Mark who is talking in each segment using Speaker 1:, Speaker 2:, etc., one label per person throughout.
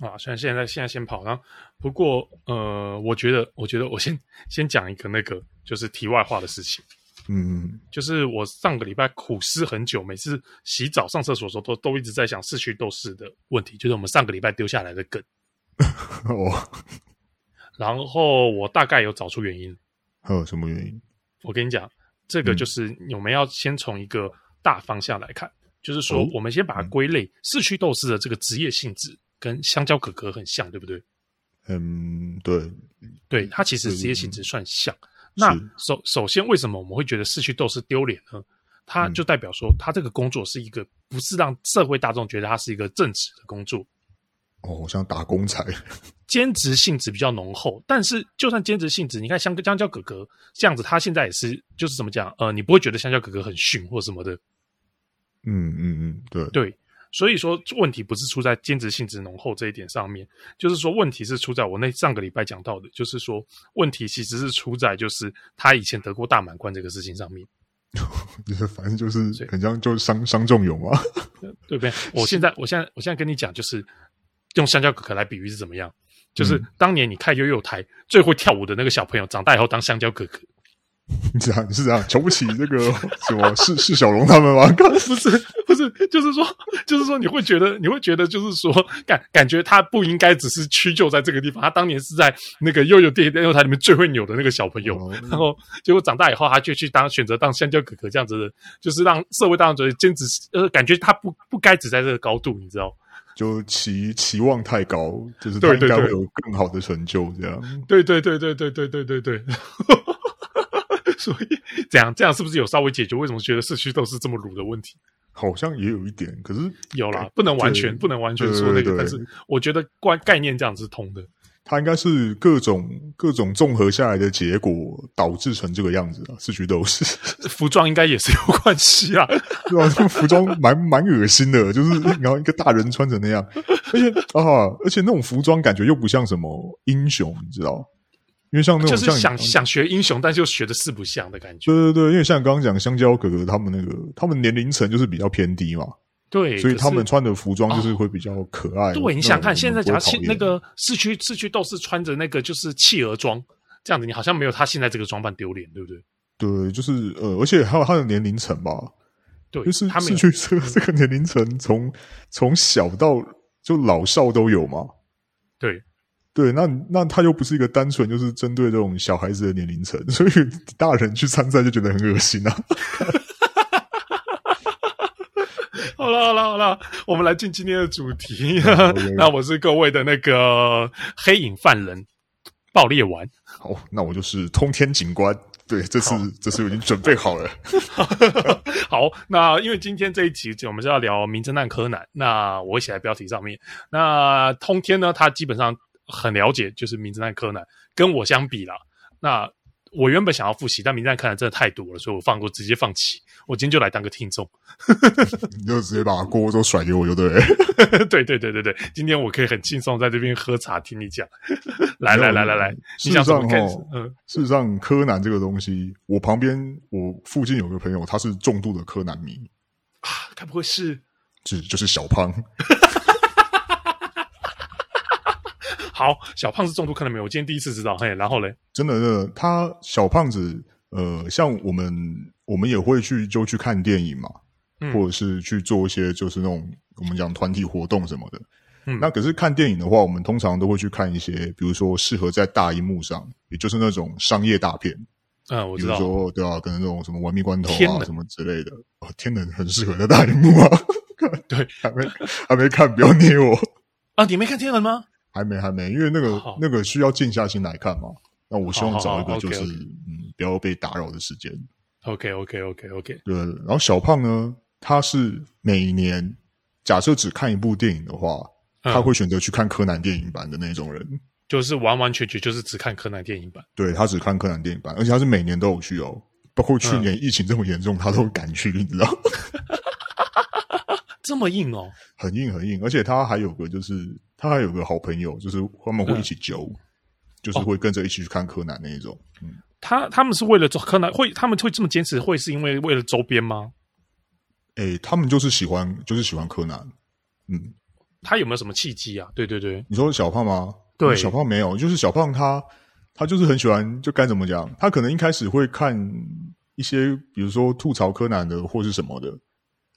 Speaker 1: 啊，虽然现在现在先跑，然后不过呃，我觉得我觉得我先先讲一个那个就是题外话的事情，
Speaker 2: 嗯，
Speaker 1: 就是我上个礼拜苦思很久，每次洗澡上厕所的时候都都一直在想市区斗士的问题，就是我们上个礼拜丢下来的梗，
Speaker 2: 哦，
Speaker 1: 然后我大概有找出原因，
Speaker 2: 还有什么原因？
Speaker 1: 我跟你讲，这个就是我们要先从一个大方向来看，就是说
Speaker 2: 哦
Speaker 1: 我们先把它归类，市区斗士的这个职业性质跟香蕉哥哥很像，对不对？
Speaker 2: 嗯，对，
Speaker 1: 对，它其实职业性质算像。那
Speaker 2: 是
Speaker 1: 首首先，为什么我们会觉得市区斗士丢脸呢？它就代表说，他这个工作是一个不是让社会大众觉得他是一个正职的工作，
Speaker 2: 哦，像打工仔，
Speaker 1: 兼职性质比较浓厚。但是，就算兼职性质，你看香香蕉哥哥这样子，他现在也是就是怎么讲？呃，你不会觉得香蕉哥哥很逊或什么的，
Speaker 2: 嗯嗯嗯，对，
Speaker 1: 对，所以说问题不是出在兼职性质浓厚这一点上面，就是说问题是出在我那上个礼拜讲到的，就是说问题其实是出在就是他以前得过大满贯这个事情上面，
Speaker 2: 就是反正就是
Speaker 1: 对
Speaker 2: 很像就是伤伤仲永嘛，
Speaker 1: 对不对？我现在我现在我现在跟你讲，就是用香蕉哥哥来比喻是怎么样。就是
Speaker 2: 嗯
Speaker 1: 当年你看悠悠台最会跳舞的那个小朋友，长大以后当香蕉哥哥，
Speaker 2: 你这样你是这样瞧不起这个 什么释释小龙他们吗？刚
Speaker 1: 不是 不是，就是说就是说你会觉得你会觉得就是说感感觉他不应该只是屈就在这个地方，他当年是在那个悠悠电悠悠台里面最会扭的那个小朋友，
Speaker 2: 哦
Speaker 1: 然后结果长大以后，他就去当选择当香蕉哥哥这样子的，就是让社会大众觉得兼职，呃，感觉他不不该只在这个高度，你知道？
Speaker 2: 就期期望太高，就是他
Speaker 1: 对
Speaker 2: 应
Speaker 1: 对
Speaker 2: 该会
Speaker 1: 对
Speaker 2: 有更好的成就，这样
Speaker 1: 对对对对对对对对对。 所以这样这样是不是有稍微解决为什么觉得市区都是这么鲁的问题？
Speaker 2: 好像也有一点，可是
Speaker 1: 有啦
Speaker 2: 对，
Speaker 1: 不能完全
Speaker 2: 对
Speaker 1: 不能完全说那
Speaker 2: 对
Speaker 1: 个，
Speaker 2: 对
Speaker 1: 但是我觉得概概念这样是通的。
Speaker 2: 它应该是各种各种综合下来的结果导致成这个样子啊，四局都是，
Speaker 1: 服装应该也是有关系啊。
Speaker 2: 对吧、这个服装蛮蛮恶心的，就是然后一个大人穿成那样，而且啊，而且那种服装感觉又不像什么英雄，你知道？因为像那种
Speaker 1: 就是
Speaker 2: 像你
Speaker 1: 想
Speaker 2: 刚
Speaker 1: 想学英雄，但是又学的四不像的感觉。
Speaker 2: 对对对，因为像刚刚讲香蕉哥哥他们那个，他们年龄层就是比较偏低嘛，
Speaker 1: 对，
Speaker 2: 所以
Speaker 1: 可
Speaker 2: 他
Speaker 1: 是哦
Speaker 2: 们穿的服装就是会比较可爱。
Speaker 1: 对，你想看
Speaker 2: 那种
Speaker 1: 现在，
Speaker 2: 不
Speaker 1: 假
Speaker 2: 会
Speaker 1: 如现
Speaker 2: 讨厌
Speaker 1: 那个市区市区斗士穿着那个就是企鹅装这样子，你好像没有他现在这个装扮丢脸，对不对？
Speaker 2: 对，就是呃，而且还有他的年龄层吧，
Speaker 1: 对，
Speaker 2: 就是
Speaker 1: 他们
Speaker 2: 市区这个这个年龄层从从小到就老少都有嘛。
Speaker 1: 对
Speaker 2: 对，那那他又不是一个单纯就是针对这种小孩子的年龄层， 所以大人去参赛就觉得很恶心啊。
Speaker 1: 好了好了好了，我们来进今天的主题
Speaker 2: 好有。
Speaker 1: 那我是各位的那个黑影犯人爆裂丸。
Speaker 2: 好，那我就是通天警官。对，这次这次我已经准 备好了。
Speaker 1: 好，那因为今天这一集我们是要聊《名侦探柯南》，那我会写在标题上面。那通天呢，他基本上很了解，就是《名侦探柯南》跟我相比啦。那我原本想要复习，但《名侦探柯南》真的太多了，所以我放过，直接放弃。我今天就来当个听众。
Speaker 2: 你就直接把锅都甩给我就对了。
Speaker 1: 对对对对对，今天我可以很轻松在这边喝茶听你讲。来
Speaker 2: 没
Speaker 1: 来
Speaker 2: 有
Speaker 1: 来来 来，
Speaker 2: 事
Speaker 1: 你想
Speaker 2: 实
Speaker 1: 怎
Speaker 2: 上哦
Speaker 1: 么开始
Speaker 2: 齁？
Speaker 1: 嗯，
Speaker 2: 事实上，柯南这个东西，我旁边我附近有个朋友，他是重度的柯南迷，
Speaker 1: 啊，该不会是？
Speaker 2: 是就是小胖。
Speaker 1: 好，小胖是重度柯南没有？我今天第一次知道，嘿，然后嘞，
Speaker 2: 真的，真的，他小胖子，呃，像我们，我们也会去就去看电影嘛，
Speaker 1: 嗯
Speaker 2: 或者是去做一些就是那种我们讲团体活动什么的。
Speaker 1: 嗯
Speaker 2: 那可是看电影的话，我们通常都会去看一些，比如说适合在大荧幕上，也就是那种商业大片，
Speaker 1: 嗯，我
Speaker 2: 比
Speaker 1: 知
Speaker 2: 如
Speaker 1: 道，
Speaker 2: 说对啊，可能那种什么《玩命关头
Speaker 1: 天》
Speaker 2: 啊
Speaker 1: 能
Speaker 2: 什么之类的。哦，天能很适合在大荧幕啊。
Speaker 1: 对，
Speaker 2: 还没还没看，不要捏我。
Speaker 1: 啊，你没看天人吗？
Speaker 2: 还没还没，因为那个
Speaker 1: 好
Speaker 2: 那个需要静下心来看嘛。那我希望
Speaker 1: 好好
Speaker 2: 找
Speaker 1: 好
Speaker 2: 一个就是
Speaker 1: OK，OK
Speaker 2: 嗯不要被打扰的时间。
Speaker 1: OK OK OK OK，
Speaker 2: 对，然后小胖呢，他是每年假设只看一部电影的话，他
Speaker 1: 嗯
Speaker 2: 会选择去看柯南电影版的那种人。
Speaker 1: 就是完完全全就是只看柯南电影版。
Speaker 2: 对他只看柯南电影版，而且他是每年都有去哦，包括
Speaker 1: 嗯
Speaker 2: 去年疫情这么严重，他都敢去，你知道，
Speaker 1: 这么硬哦，
Speaker 2: 很硬很硬。而且他还有个就是他还有个好朋友，就是他们
Speaker 1: 嗯
Speaker 2: 会一起揪，
Speaker 1: 哦
Speaker 2: 就是会跟着一起去看柯南那一种。嗯，
Speaker 1: 他他们是为了做柯南会，他们会这么坚持，会是因为为了周边吗？
Speaker 2: 诶，他们就是喜欢就是喜欢柯南。嗯，
Speaker 1: 他有没有什么契机啊？对对对，
Speaker 2: 你说小胖吗？
Speaker 1: 对
Speaker 2: 小胖没有，就是小胖他他就是很喜欢，就该怎么讲？他可能一开始会看一些，比如说吐槽柯南的或是什么的，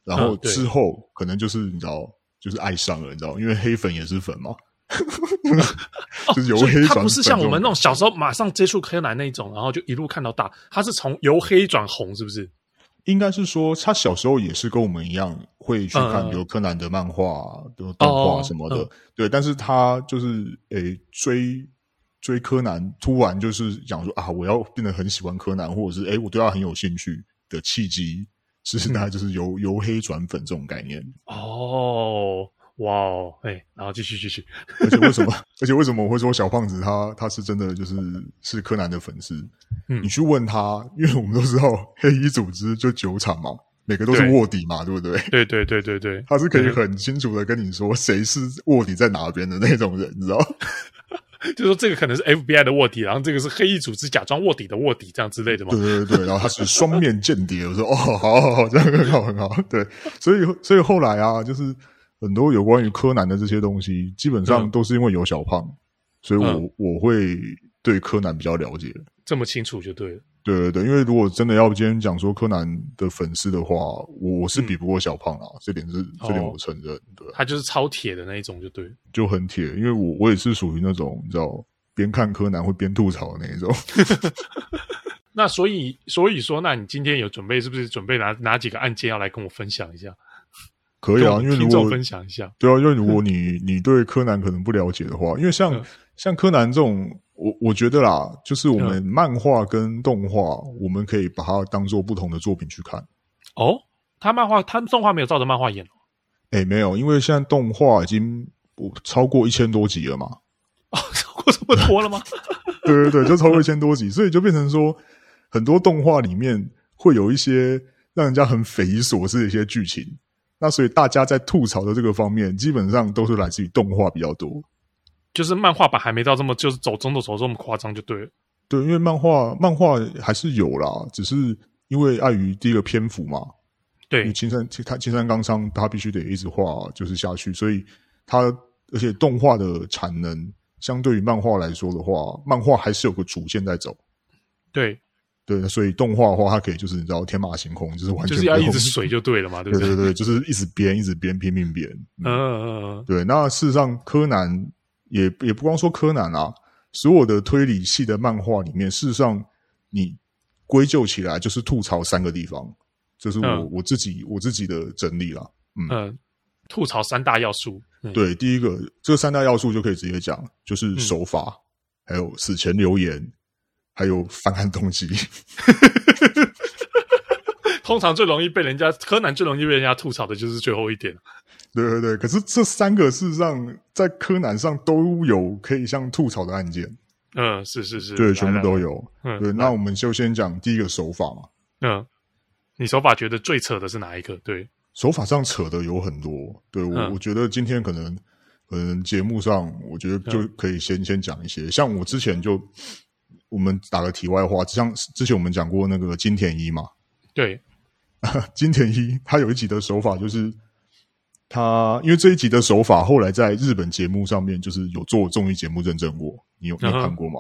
Speaker 2: 然后
Speaker 1: 嗯对
Speaker 2: 之后可能就是你知道，就是爱上了，你知道，因为黑粉也是粉嘛，
Speaker 1: 哦，
Speaker 2: 就是由
Speaker 1: 所以
Speaker 2: 黑
Speaker 1: 他
Speaker 2: 转
Speaker 1: 不是像
Speaker 2: 粉
Speaker 1: 我们
Speaker 2: 这种
Speaker 1: 那种小时候马上接触柯南那一种，然后就一路看到大，他是从由黑转红，是不是？
Speaker 2: 应该是说他小时候也是跟我们一样会去看，
Speaker 1: 嗯
Speaker 2: 比如柯南的漫画、比如动画什么的，
Speaker 1: 嗯
Speaker 2: 对。但是他就是诶追追柯南，突然就是想说啊，我要变得很喜欢柯南，或者是诶我对他很有兴趣的契机，
Speaker 1: 嗯
Speaker 2: 是大概就是由由黑转粉这种概念。
Speaker 1: 哦，哇哦，哎，然后继续继续，
Speaker 2: 而且 为什么？而且为什么我会说小胖子他他是真的就是是柯南的粉丝？
Speaker 1: 嗯
Speaker 2: 你去问他，因为我们都知道黑衣组织就九场嘛，每个都是
Speaker 1: 对
Speaker 2: 卧底嘛，对不对？
Speaker 1: 对对对对对，
Speaker 2: 他是可以很清楚的跟你说谁是卧底在哪边的那种人，你知道？
Speaker 1: 就说这个可能是 FBI 的卧底，然后这个是黑衣组织假装卧底的卧底这样之类的嘛
Speaker 2: 对。对对对，然后他是双面间谍，我说哦，好好好，这样很好很好。对，所以所以后来啊，就是很多有关于柯南的这些东西，基本上
Speaker 1: 嗯
Speaker 2: 都是因为有小胖，所以我、
Speaker 1: 嗯
Speaker 2: 我会对柯南比较了解。
Speaker 1: 这么清楚就对了。
Speaker 2: 对对对，因为如果真的要今天讲说柯南的粉丝的话，我我是比不过小胖啦，这点是这点
Speaker 1: 嗯哦
Speaker 2: 我承认，对。啊
Speaker 1: 他就是超铁的那一种，就对了。
Speaker 2: 就很铁，因为我我也是属于那种你知道边看柯南会边吐槽的那一种。
Speaker 1: 那所以，所以说，那你今天有准备，是不是准备拿哪几个案件要来跟我分享一下？
Speaker 2: 可以
Speaker 1: 跟我
Speaker 2: 啊，
Speaker 1: 们
Speaker 2: 因为如
Speaker 1: 听
Speaker 2: 果
Speaker 1: 众分享一下。
Speaker 2: 对啊，因为如果你你对柯南可能不了解的话，因为像、
Speaker 1: 嗯
Speaker 2: 像柯南这种，我我觉得啦，就是我们漫画跟动画，我们可以把它当做不同的作品去看。
Speaker 1: 哦，他漫画，他动画没有照着漫画演哦
Speaker 2: 哎，没有，因为现在动画已经我超过一千多集了嘛，
Speaker 1: 哦，超过这么多了吗？
Speaker 2: 对对对，就超过一千多集，所以就变成说，很多动画里面会有一些让人家很匪夷所思的一些剧情。那所以大家在吐槽的这个方面，基本上都是来自于动画比较多。
Speaker 1: 就是漫画版还没到这么，就是走中走走这么夸张，就对了。
Speaker 2: 对，因为漫画漫画还是有啦，只是因为碍于第一个篇幅嘛，因为
Speaker 1: 对，
Speaker 2: 青山他青山刚昌他必须得一直画就是下去，所以他而且动画的产能相对于漫画来说的话，漫画还是有个主线在走。
Speaker 1: 对，
Speaker 2: 对，所以动画的话，它可以就是你知道天马行空，就是完
Speaker 1: 就
Speaker 2: 全
Speaker 1: 是要
Speaker 2: 不
Speaker 1: 一
Speaker 2: 用
Speaker 1: 直 水就对了嘛，对不
Speaker 2: 对
Speaker 1: 对？
Speaker 2: 对对，就是一直编一直编拼命编。
Speaker 1: 嗯嗯嗯
Speaker 2: 对，那事实上柯南也也不光说柯南啊，所有的推理系的漫画里面，事实上你归咎起来就是吐槽三个地方，这是我、
Speaker 1: 嗯
Speaker 2: 我自己我自己的整理啦。
Speaker 1: 嗯嗯，吐槽三大要素。嗯，
Speaker 2: 对，第一个这三大要素就可以直接讲，就是手法，还有死前留言，还有翻案动机。
Speaker 1: 通常最容易被人家柯南最容易被人家吐槽的就是最后一点。
Speaker 2: 对对对，可是这三个事实上在柯南上都有可以像吐槽的案件，
Speaker 1: 嗯，是是是，
Speaker 2: 对，
Speaker 1: 来
Speaker 2: 全部都。有。
Speaker 1: 来来嗯，
Speaker 2: 对，那我们就先讲第一个手法嘛。
Speaker 1: 嗯，你手法觉得最扯的是哪一个？对，
Speaker 2: 手法上扯的有很多，对我、
Speaker 1: 嗯
Speaker 2: 我觉得今天可能可能节目上，我觉得就
Speaker 1: 嗯
Speaker 2: 可以先、先讲一些，像我之前就我们打个题外话，像之前我们讲过那个金田一嘛，
Speaker 1: 对，
Speaker 2: 金田一他有一集的手法就是他，因为这一集的手法后来在日本节目上面就是有做综艺节目认证过，你有你有
Speaker 1: 嗯哼
Speaker 2: 看过吗？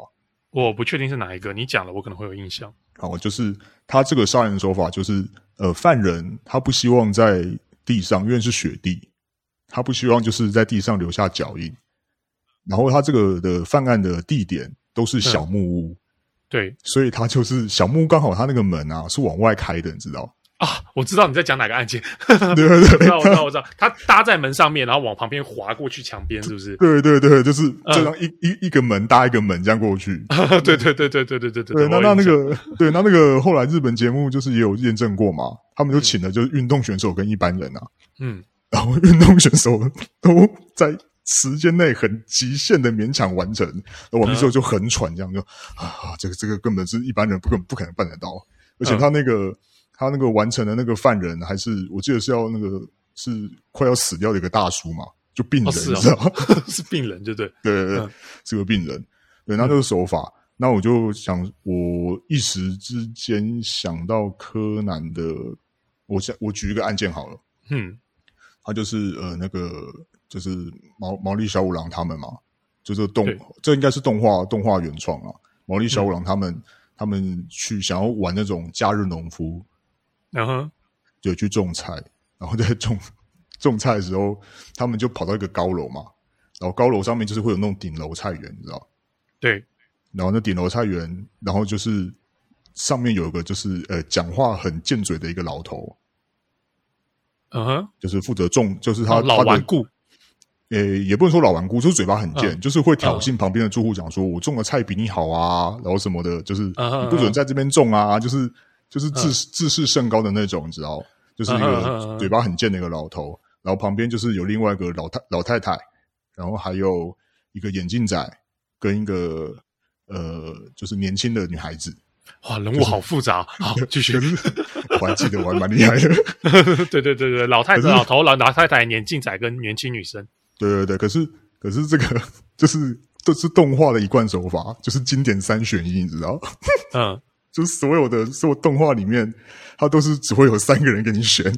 Speaker 1: 我不确定是哪一个，你讲了我可能会有印象。
Speaker 2: 好，哦就是他这个杀人手法，就是呃，犯人他不希望在地上，因为是雪地，他不希望就是在地上留下脚印。然后他这个的犯案的地点都是小木屋，
Speaker 1: 嗯对
Speaker 2: 所以他就是小木屋刚好他那个门啊是往外开的，你知道？
Speaker 1: 啊，我知道你在讲哪个案件，
Speaker 2: 对对
Speaker 1: 我知道，我知
Speaker 2: 对
Speaker 1: 道，我知道，他搭在门上面，然后往旁边滑过去墙边，是不是？
Speaker 2: 对对对，就是
Speaker 1: 嗯
Speaker 2: 这样一、一一个门搭一个门这样过去。
Speaker 1: 对对对对对对对
Speaker 2: 对，那
Speaker 1: 我
Speaker 2: 那
Speaker 1: 嗯有
Speaker 2: 那
Speaker 1: 印象
Speaker 2: 个对，那那个后来日本节目就是也有验证过嘛，他们就请了就是运动选手跟一般人啊，
Speaker 1: 嗯，
Speaker 2: 然后运动选手都在时间内很极限的勉强完成，那完毕之后就很喘，这样就啊，这个这个根本是一般人不可不可能办得到，而且
Speaker 1: 嗯
Speaker 2: 他那个、他那个完成的那个犯人还是我记得是要那个是快要死掉的一个大叔嘛，就病人，
Speaker 1: 哦是哦
Speaker 2: 你知道 吗？
Speaker 1: 是病人，对不对？
Speaker 2: 对对对，
Speaker 1: 嗯
Speaker 2: 是个病人，对，那就是手法。那我就想，我一时之间想到柯南的，我想我举一个案件好了。
Speaker 1: 嗯，
Speaker 2: 他就是呃那个就是毛毛利小五郎他们嘛，就是动这应该是动画动画原创啊。毛利小五郎他们、他们去想要玩那种假日农夫，
Speaker 1: 然后
Speaker 2: 就去种菜，然后在种种菜的时候，他们就跑到一个高楼嘛，然后高楼上面就是会有那种顶楼菜园，你知道。
Speaker 1: 对，
Speaker 2: 然后那顶楼菜园，然后就是上面有一个就是呃讲话很贱嘴的一个老头，
Speaker 1: 嗯哼，
Speaker 2: 就是负责种，就是他
Speaker 1: 啊老顽，固，
Speaker 2: 他的呃也不能说老顽固，就是嘴巴很贱，
Speaker 1: 嗯
Speaker 2: 就是会挑衅旁边的住户，讲说、我种的菜比你好啊，然后什么的，就是、
Speaker 1: 嗯嗯
Speaker 2: 你不准在这边种啊，就是就是自、自视甚高的那种，你知道，就是一
Speaker 1: 嗯嗯嗯
Speaker 2: 个
Speaker 1: 嗯
Speaker 2: 嘴巴很贱的一个老头，然后旁边就是有另外一个老太老太太，然后还有一个眼镜仔跟一个呃就是年轻的女孩子。
Speaker 1: 哇，人物好复杂，啊 好继续
Speaker 2: 可。是我还记得我还蛮厉害的。
Speaker 1: 对对对对，老太太、
Speaker 2: 可是
Speaker 1: 老头、老老太太、年近仔跟年轻女生，
Speaker 2: 对对对，可是可是这个就是这是动画的一贯手法，就是经典三选一，你知道？
Speaker 1: 嗯，
Speaker 2: 就是所有的所有动画里面，它都是只会有三个人给你选，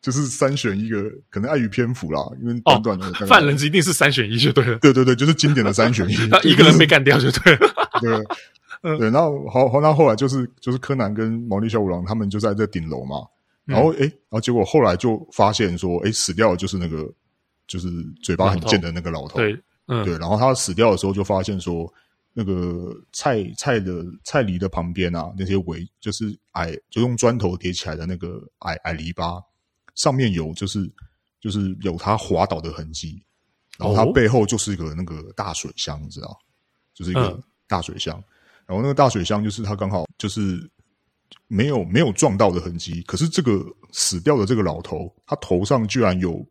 Speaker 2: 就是三选一个，可能碍于篇幅啦，因为短短的、大概
Speaker 1: 哦犯人一定是三选一就对了，，
Speaker 2: 对对对，就是经典的三选一
Speaker 1: 那一个人被干掉就对了。
Speaker 2: 对。对，然后好，好，那后来就是就是柯南跟毛利小五郎他们就在这顶楼嘛，
Speaker 1: 嗯
Speaker 2: 然后诶，然后结果后来就发现说，诶，死掉的就是那个就是嘴巴很
Speaker 1: 老头
Speaker 2: 贱的那个老头，
Speaker 1: 对，嗯，
Speaker 2: 对，然后他死掉的时候就发现说，那个菜菜的菜篱的旁边啊，那些围就是矮，就用砖头叠起来的那个矮矮篱笆，上面有就是就是有他滑倒的痕迹，然后他
Speaker 1: 哦
Speaker 2: 背后就是一个那个大水箱，你知道，就是一个
Speaker 1: 嗯
Speaker 2: 大水箱，然后那个大水箱就是他刚好就是。没有没有撞到的痕迹，可是这个死掉的这个老头，他头上居然有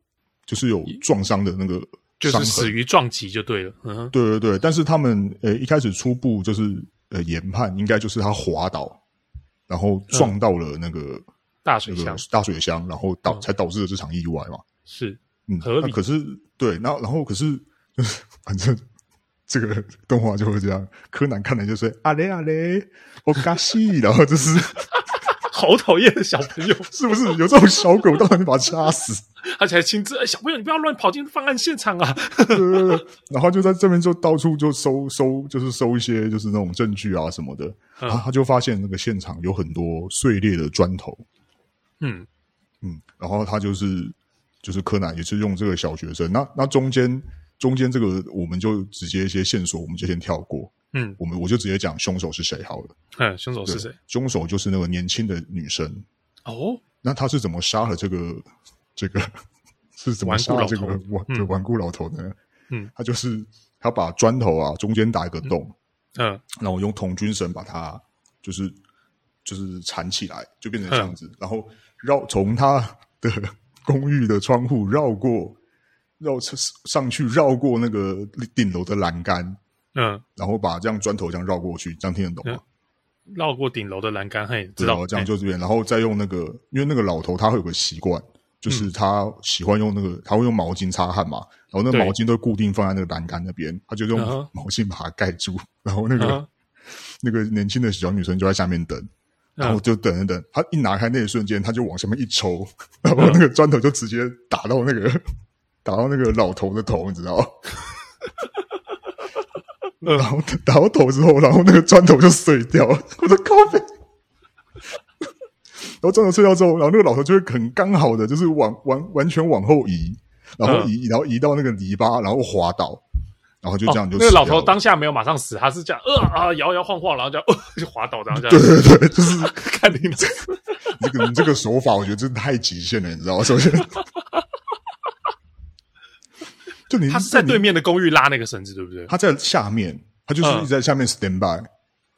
Speaker 2: 就是有撞伤的那个
Speaker 1: 就
Speaker 2: 伤
Speaker 1: 是
Speaker 2: 痕
Speaker 1: 死于撞击就对了。嗯哼，
Speaker 2: 对对对，但是他们呃一开始初步就是呃研判，应该就是他滑倒，然后撞到了那个、
Speaker 1: 大水
Speaker 2: 那个
Speaker 1: 箱
Speaker 2: 大水箱，然后导、
Speaker 1: 嗯
Speaker 2: 才导致了这场意外嘛。
Speaker 1: 是
Speaker 2: 嗯，
Speaker 1: 合理
Speaker 2: 那可是对，那然后可是 就是反正这个动画就会这样，柯南看了就是啊嘞啊嘞，我嘎西，然后就是
Speaker 1: 好讨厌的小朋友，
Speaker 2: 是不是有这种小狗，当然把它掐死。
Speaker 1: 而且还亲自、哎小朋友，你不要乱跑进犯案现场啊！
Speaker 2: 对对对， 然后就在这边就到处就搜搜，就是搜一些就是那种证据啊什么的，
Speaker 1: 嗯
Speaker 2: 然后他就发现那个现场有很多碎裂的砖头，
Speaker 1: 嗯，
Speaker 2: 嗯，然后他就是就是柯南也是用这个小学生，那那中间中间这个我们就直接一些线索我们就先跳过，
Speaker 1: 嗯
Speaker 2: 我们我就直接讲凶手是谁好了，
Speaker 1: 嗯，凶手是
Speaker 2: 对
Speaker 1: 谁？？
Speaker 2: 凶手就是那个年轻的女生，
Speaker 1: 哦，
Speaker 2: 那他是怎么杀了这个这个是怎么杀了这个
Speaker 1: 顽
Speaker 2: 顽
Speaker 1: 嗯
Speaker 2: 对顽固老头呢？
Speaker 1: 嗯，
Speaker 2: 他就是他把砖头啊中间打一个洞，
Speaker 1: 嗯
Speaker 2: 然后用童军绳把它就是就是缠起来，就变成这
Speaker 1: 嗯
Speaker 2: 样子，然后绕从他的 公寓的窗户绕过绕上去绕过那个顶楼的栏杆，
Speaker 1: 嗯，
Speaker 2: 然后把这样砖头这样绕过去，这样听得懂吗？
Speaker 1: 绕过顶楼的栏杆，嘿，知
Speaker 2: 对，然后
Speaker 1: 道哎
Speaker 2: 这样
Speaker 1: 嘿
Speaker 2: 就这边，然后再用那个，因为那个老头他会有个习惯，
Speaker 1: 嗯
Speaker 2: 就是他喜欢用那个，他会用毛巾擦汗嘛，然后那
Speaker 1: 对
Speaker 2: 毛巾都固定放在那个栏杆那边，他就用
Speaker 1: 嗯哼
Speaker 2: 毛巾把它盖住，然后那个、
Speaker 1: 嗯
Speaker 2: 那个年轻的小女生就在下面等，
Speaker 1: 嗯
Speaker 2: 然后就等等等，她一拿开那一瞬间，她就往下面一抽， 然后那个砖头就直接打到那个 打到那个老头的头，你知道吗？
Speaker 1: 嗯
Speaker 2: 然后打到头之后，然后那个砖头就碎掉了，我的靠背。 然后砖头碎掉之后，然后那个老头就会很刚好的，就是往完完全往后移，然
Speaker 1: 嗯
Speaker 2: 后移，然后移到那个篱笆，然后滑倒，然后就这样就、
Speaker 1: 哦那个老头当下没有马上死，他是这样呃啊摇摇晃晃，然后就、呃、就滑倒，然后这样
Speaker 2: 对对对，就是
Speaker 1: 看你呢，
Speaker 2: 这个你这个手法，我觉得真的太极限了，你知道吗？首先，就你
Speaker 1: 他是在
Speaker 2: 你
Speaker 1: 对面的公寓拉那个绳子，对不对？
Speaker 2: 他在下面，他就是
Speaker 1: 嗯
Speaker 2: 一直在下面 stand by，、
Speaker 1: 嗯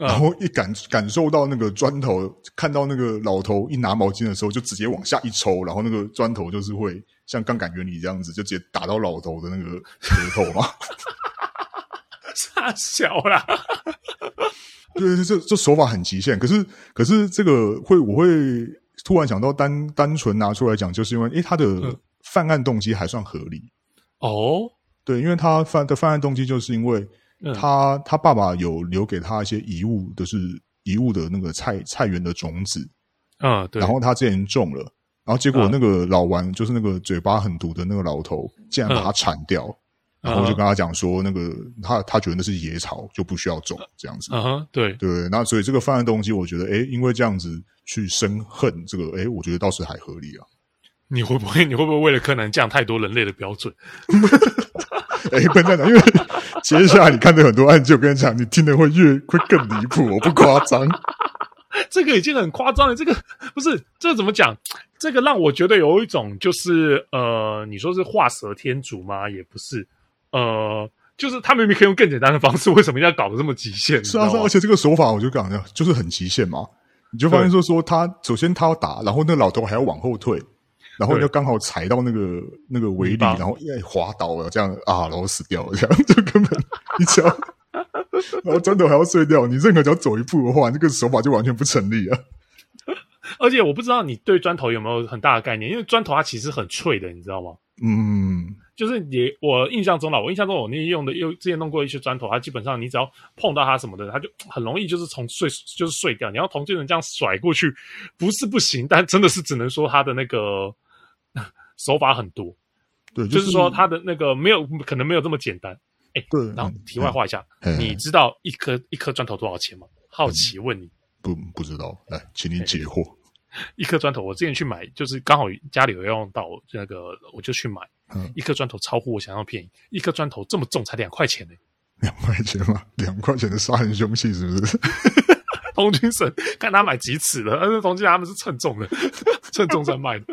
Speaker 2: 然后一感感受到那个砖头，看到那个老头一拿毛巾的时候，就直接往下一抽，然后那个砖头就是会像杠杆原理这样子，就直接打到老头的那个额头嘛。
Speaker 1: 傻小啦，
Speaker 2: 对，这这手法很极限。可是可是这个会，我会突然想到单单纯拿出来讲，就是因为诶，他
Speaker 1: 嗯
Speaker 2: 的犯案动机还算合理。
Speaker 1: 哦，
Speaker 2: 对，因为他犯的犯案动机就是因为
Speaker 1: 嗯
Speaker 2: 他、他爸爸有留给他一些遗物，就是遗物的那个菜菜园的种子，
Speaker 1: 嗯，对，嗯
Speaker 2: 然后他之前种了，然然后结果那个老顽就是那个嘴巴很毒的那个老头，竟
Speaker 1: 嗯
Speaker 2: 然把它铲掉，然后就跟他讲说，那个他他觉得那是野草，就不需要种这样子。
Speaker 1: 嗯哼，对，
Speaker 2: 对，那所以这个犯案动机，我觉得，诶，因为这样子去生恨，这个，诶，我觉得倒是还合理啊。
Speaker 1: 你会不会你会不会为了柯南降太多人类的标准？
Speaker 2: 诶，笨蛋 啊，因为接下来啊你看的很多案件，我跟你讲，你听的会越会更离谱，我不夸 张。
Speaker 1: 这个已经很夸张了。这个 不是这怎么讲？这个让我觉得有一种就是呃，你说是画蛇添足吗？也不是，呃，就是他明明可以用更简单的方式，为什么要搞得这么极限？你知
Speaker 2: 是
Speaker 1: 道
Speaker 2: 啊，
Speaker 1: 吗
Speaker 2: 是啊，而且这个手法，我就讲的，就是很极限嘛。你就发现说，说他首先他要打，然后那个老头还要往后退，然后
Speaker 1: 对
Speaker 2: 就刚好踩到那个那个围
Speaker 1: 泥
Speaker 2: 里，
Speaker 1: 巴
Speaker 2: 然后哎滑倒了，这样啊，然后死掉了，这样就根本你只要，然后砖头还要碎掉，你任何只要走一步的话，这个手法就完全不成立啊。啊
Speaker 1: 而且我不知道你对砖头有没有很大的概念，因为砖头它其实很脆的，你知道吗？
Speaker 2: 嗯，
Speaker 1: 就是也我印象中啦，我印象中我那天用的又之前弄过一些砖头，它基本上你只要碰到它什么的，它就很容易就是从碎就是碎掉。你要从这种这样甩过去，不是不行，但真的是只能说它的那个手法很多，
Speaker 2: 对，
Speaker 1: 就是是说它的那个没有可能没有这么简单。
Speaker 2: 对，
Speaker 1: 然后题外话一下，
Speaker 2: 嗯，
Speaker 1: 你
Speaker 2: 嗯
Speaker 1: 知道一颗一颗砖头多少钱吗？好奇问你，
Speaker 2: 不不知道，来，请
Speaker 1: 哎
Speaker 2: 你解惑。
Speaker 1: 一颗砖头，我之前去买，就是刚好家里有用到那个，我就去买
Speaker 2: 嗯，
Speaker 1: 一颗砖头超乎我想象便宜，一颗砖头这么重才两块钱呢、
Speaker 2: 两块钱嘛，两块钱的杀人凶器是不是？
Speaker 1: 童军神看他买几尺了，但是童军他们是称重的， 称重在 卖的。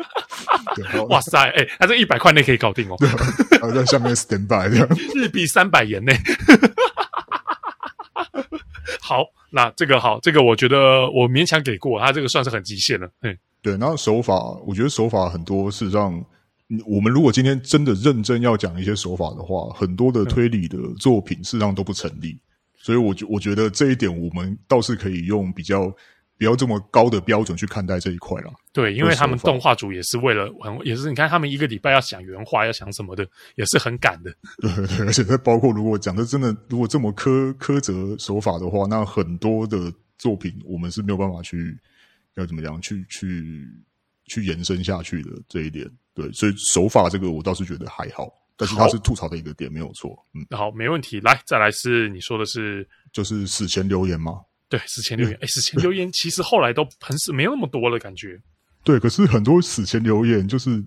Speaker 2: 对，然后
Speaker 1: 哇塞，哎、他这一百块内可以搞定哦，
Speaker 2: 然后在下面 stand by 这样。
Speaker 1: 日币三百元内。 好，那这个好，这个我觉得我勉强给过，他这个算是很极限了。嗯，
Speaker 2: 对，然后手法，我觉得手法很多是让嗯我们如果今天真的认真要讲一些手法的话，很多的推理的作品事实上都不成立。所以我觉我觉得这一点，我们倒是可以用比较不要这么高的标准去看待这一块啦。
Speaker 1: 对，因为他们
Speaker 2: 手法
Speaker 1: 动画组也是为了很，也是你看他们一个礼拜要想原画，要想什么的，也是很赶的。
Speaker 2: 对 对，对而且再包括如果讲的真的，如果这么苛苛责手法的话，那很多的作品我们是没有办法去要怎么讲去去去延伸下去的这一点。对，所以手法这个我倒是觉得还好，但是它是吐槽的一个点，没有错。嗯，
Speaker 1: 好，没问题。来，再来是你说的是
Speaker 2: 就是死前留言嘛。
Speaker 1: 对死前留言，哎，死前留言其实后来都很少，没有那么多了，感觉。
Speaker 2: 对，可是很多死前留言就是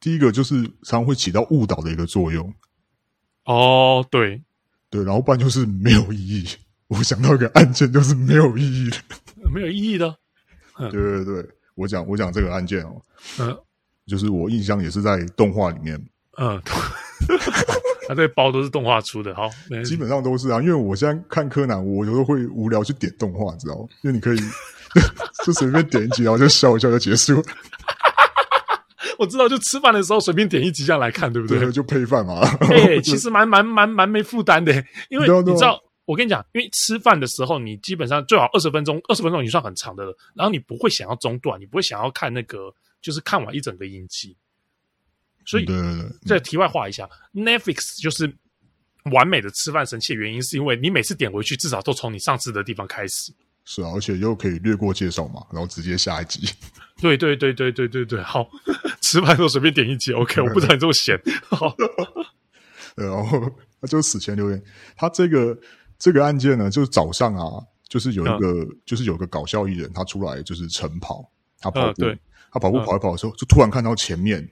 Speaker 2: 第一个就是常常会起到误导的一个作用，
Speaker 1: 哦，对，
Speaker 2: 对，然后不然就是没有意义。我想到一个案件，就是没有意义的。
Speaker 1: 没有意义的。
Speaker 2: 对对对，我讲我讲这个案件哦，
Speaker 1: 嗯
Speaker 2: 就是我印象也是在动画里面，
Speaker 1: 嗯， 他这包都是动画出的，好，没问题
Speaker 2: 基本上都是啊。因为我现在看柯南，我有时候会无聊去点动画，你知道吗？因为你 可以就随便点一集，然后就笑一笑就结束，
Speaker 1: 我知道，就吃饭的时候随便点一集这样来看，对不对
Speaker 2: 对，？就配饭嘛。
Speaker 1: 哎、其实蛮蛮蛮蛮没负担的，因为
Speaker 2: 对啊
Speaker 1: 你
Speaker 2: 对啊
Speaker 1: 知道，我跟你讲，因为吃饭的时候，你基本上最好二十分钟，二十分钟已经算很长的了，然后你不会想要中断，你不会想要看那个，就是看完一整个影集，所以
Speaker 2: 对对对，
Speaker 1: 这题外话一下，Netflix 就是完美的吃饭神器，原因是因为你每次点回去，至少都从你上次的地方开始。
Speaker 2: 是啊，而且又可以略过介绍嘛，然后直接下一集。
Speaker 1: 对对对对对对对，好， 吃饭的时候随便点一集，OK，我不知道你这么闲。好，
Speaker 2: 对然后他就死前留言，他这个这个案件呢，就是早上啊，就是有
Speaker 1: 嗯
Speaker 2: 一个、就是有个搞笑艺人，他出来就是晨跑，他跑步，
Speaker 1: 嗯对
Speaker 2: 他跑步
Speaker 1: 嗯
Speaker 2: 跑一跑的时候，就突然看到前面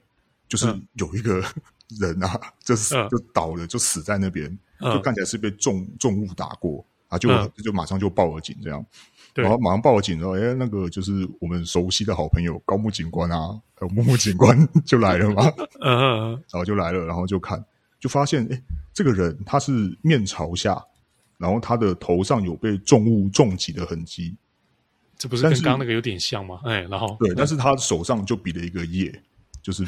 Speaker 2: 就是
Speaker 1: 嗯
Speaker 2: 有一个 人啊，就是、
Speaker 1: 嗯
Speaker 2: 就倒了，就死在那边，
Speaker 1: 嗯
Speaker 2: 就看起来是被重重物打过。啊，就、
Speaker 1: 嗯
Speaker 2: 就马上就报了警，这样，
Speaker 1: 对
Speaker 2: 然后马上报了警之后，哎，那个就是我们熟悉的好朋友高木警官啊，还有木木警官 就来了嘛，
Speaker 1: 嗯嗯
Speaker 2: 然后就来了，然后就看，就发现哎，诶这个人他是面朝下，然后他的头上有被重物重击的痕迹，
Speaker 1: 这不是跟
Speaker 2: 但
Speaker 1: 刚
Speaker 2: 是
Speaker 1: 刚那个有点像吗？哎，然后
Speaker 2: 对，但是他手上就比了一个耶，就是 V，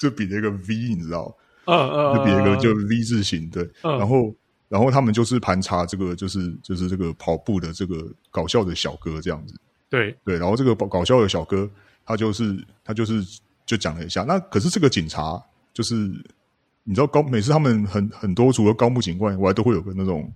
Speaker 2: 就比了一个 V，你知道，
Speaker 1: 嗯嗯，
Speaker 2: 就比了一个
Speaker 1: 嗯
Speaker 2: 就 V 字形，对，
Speaker 1: 嗯
Speaker 2: 然后。然后他们就是盘查这个，就是就是这个跑步的这个搞笑的小哥这样子，
Speaker 1: 对，
Speaker 2: 对，然后这个搞搞笑的小哥，他就是他就是就讲了一下，那可是这个警察就是你知道高每次他们很很多除了高木警官以外，都会有个那种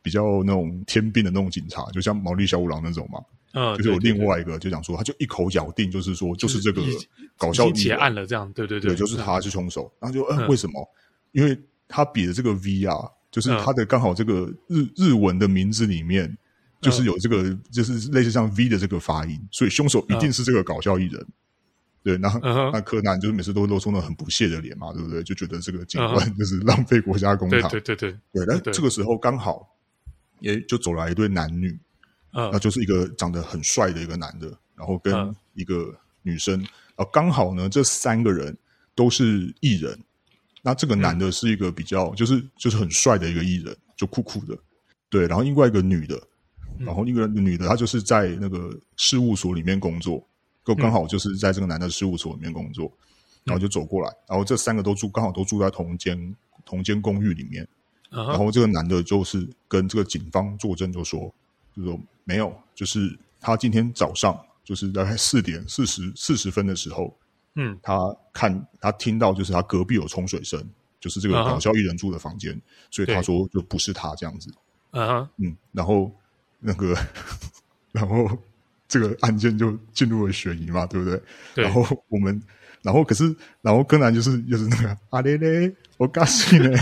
Speaker 2: 比较那种天兵的那种警察，就像毛利小五郎那种嘛，
Speaker 1: 嗯，
Speaker 2: 就是有
Speaker 1: 对对
Speaker 2: 另外一个就讲说，他就一口咬定，就是说就是这个
Speaker 1: 已经
Speaker 2: 搞
Speaker 1: 已
Speaker 2: 笑
Speaker 1: 经
Speaker 2: 艺
Speaker 1: 结
Speaker 2: 人
Speaker 1: 案了，这样，对对嗯
Speaker 2: 对，
Speaker 1: 对，
Speaker 2: 就是他是凶手。然后就，嗯、
Speaker 1: 嗯
Speaker 2: 为什么？因为他比的这个 VR，就是
Speaker 1: 嗯
Speaker 2: 他的刚好这个日日文的名字里面，就是有这个，就是类似像 V 的这个发音，所以凶手一定是这个搞笑艺人。对，然后、
Speaker 1: 嗯哼
Speaker 2: 那柯南就是每次都露出那很不屑的脸嘛，对不对？就觉得这个警官 就是浪费国家公
Speaker 1: 嗯对
Speaker 2: 帑。
Speaker 1: 对对对，
Speaker 2: 对，
Speaker 1: 对
Speaker 2: 但这个时候刚好也就走来一对男女，
Speaker 1: 嗯
Speaker 2: 那就是一个长得很帅的一个男的，然后跟
Speaker 1: 嗯
Speaker 2: 一个女生，啊，刚好呢，这三个人都是艺人。那这个男
Speaker 1: 嗯
Speaker 2: 的是一个比较，就是就是很帅的一个艺人，就酷酷的，对。然后另外一个女的，
Speaker 1: 嗯
Speaker 2: 然后另外一个女的，她就是在那个事务所里面工作，
Speaker 1: 嗯
Speaker 2: 就刚好就是在这个男的事务所里面工作，然后就走过来，然后这三个都住刚好都住在同间同间公寓里面，
Speaker 1: 嗯
Speaker 2: 然
Speaker 1: 哼
Speaker 2: 后这个男的就是跟这个警方作证，就说，就说没有，就是他今天早上就是大概四点四十四十分的时候，
Speaker 1: 嗯
Speaker 2: 他看他听到就是他隔壁有冲水声，就是这个
Speaker 1: 啊哈
Speaker 2: 搞笑艺人住的房间，所以他
Speaker 1: 对
Speaker 2: 说就不是他这样子，
Speaker 1: 嗯哼，
Speaker 2: 嗯，然后那个 然后这个案件就进入了悬疑嘛，对不对？
Speaker 1: 对
Speaker 2: 然后我们，然后可是，然后柯南就是就是那个阿嘞嘞，我告诉你嘞。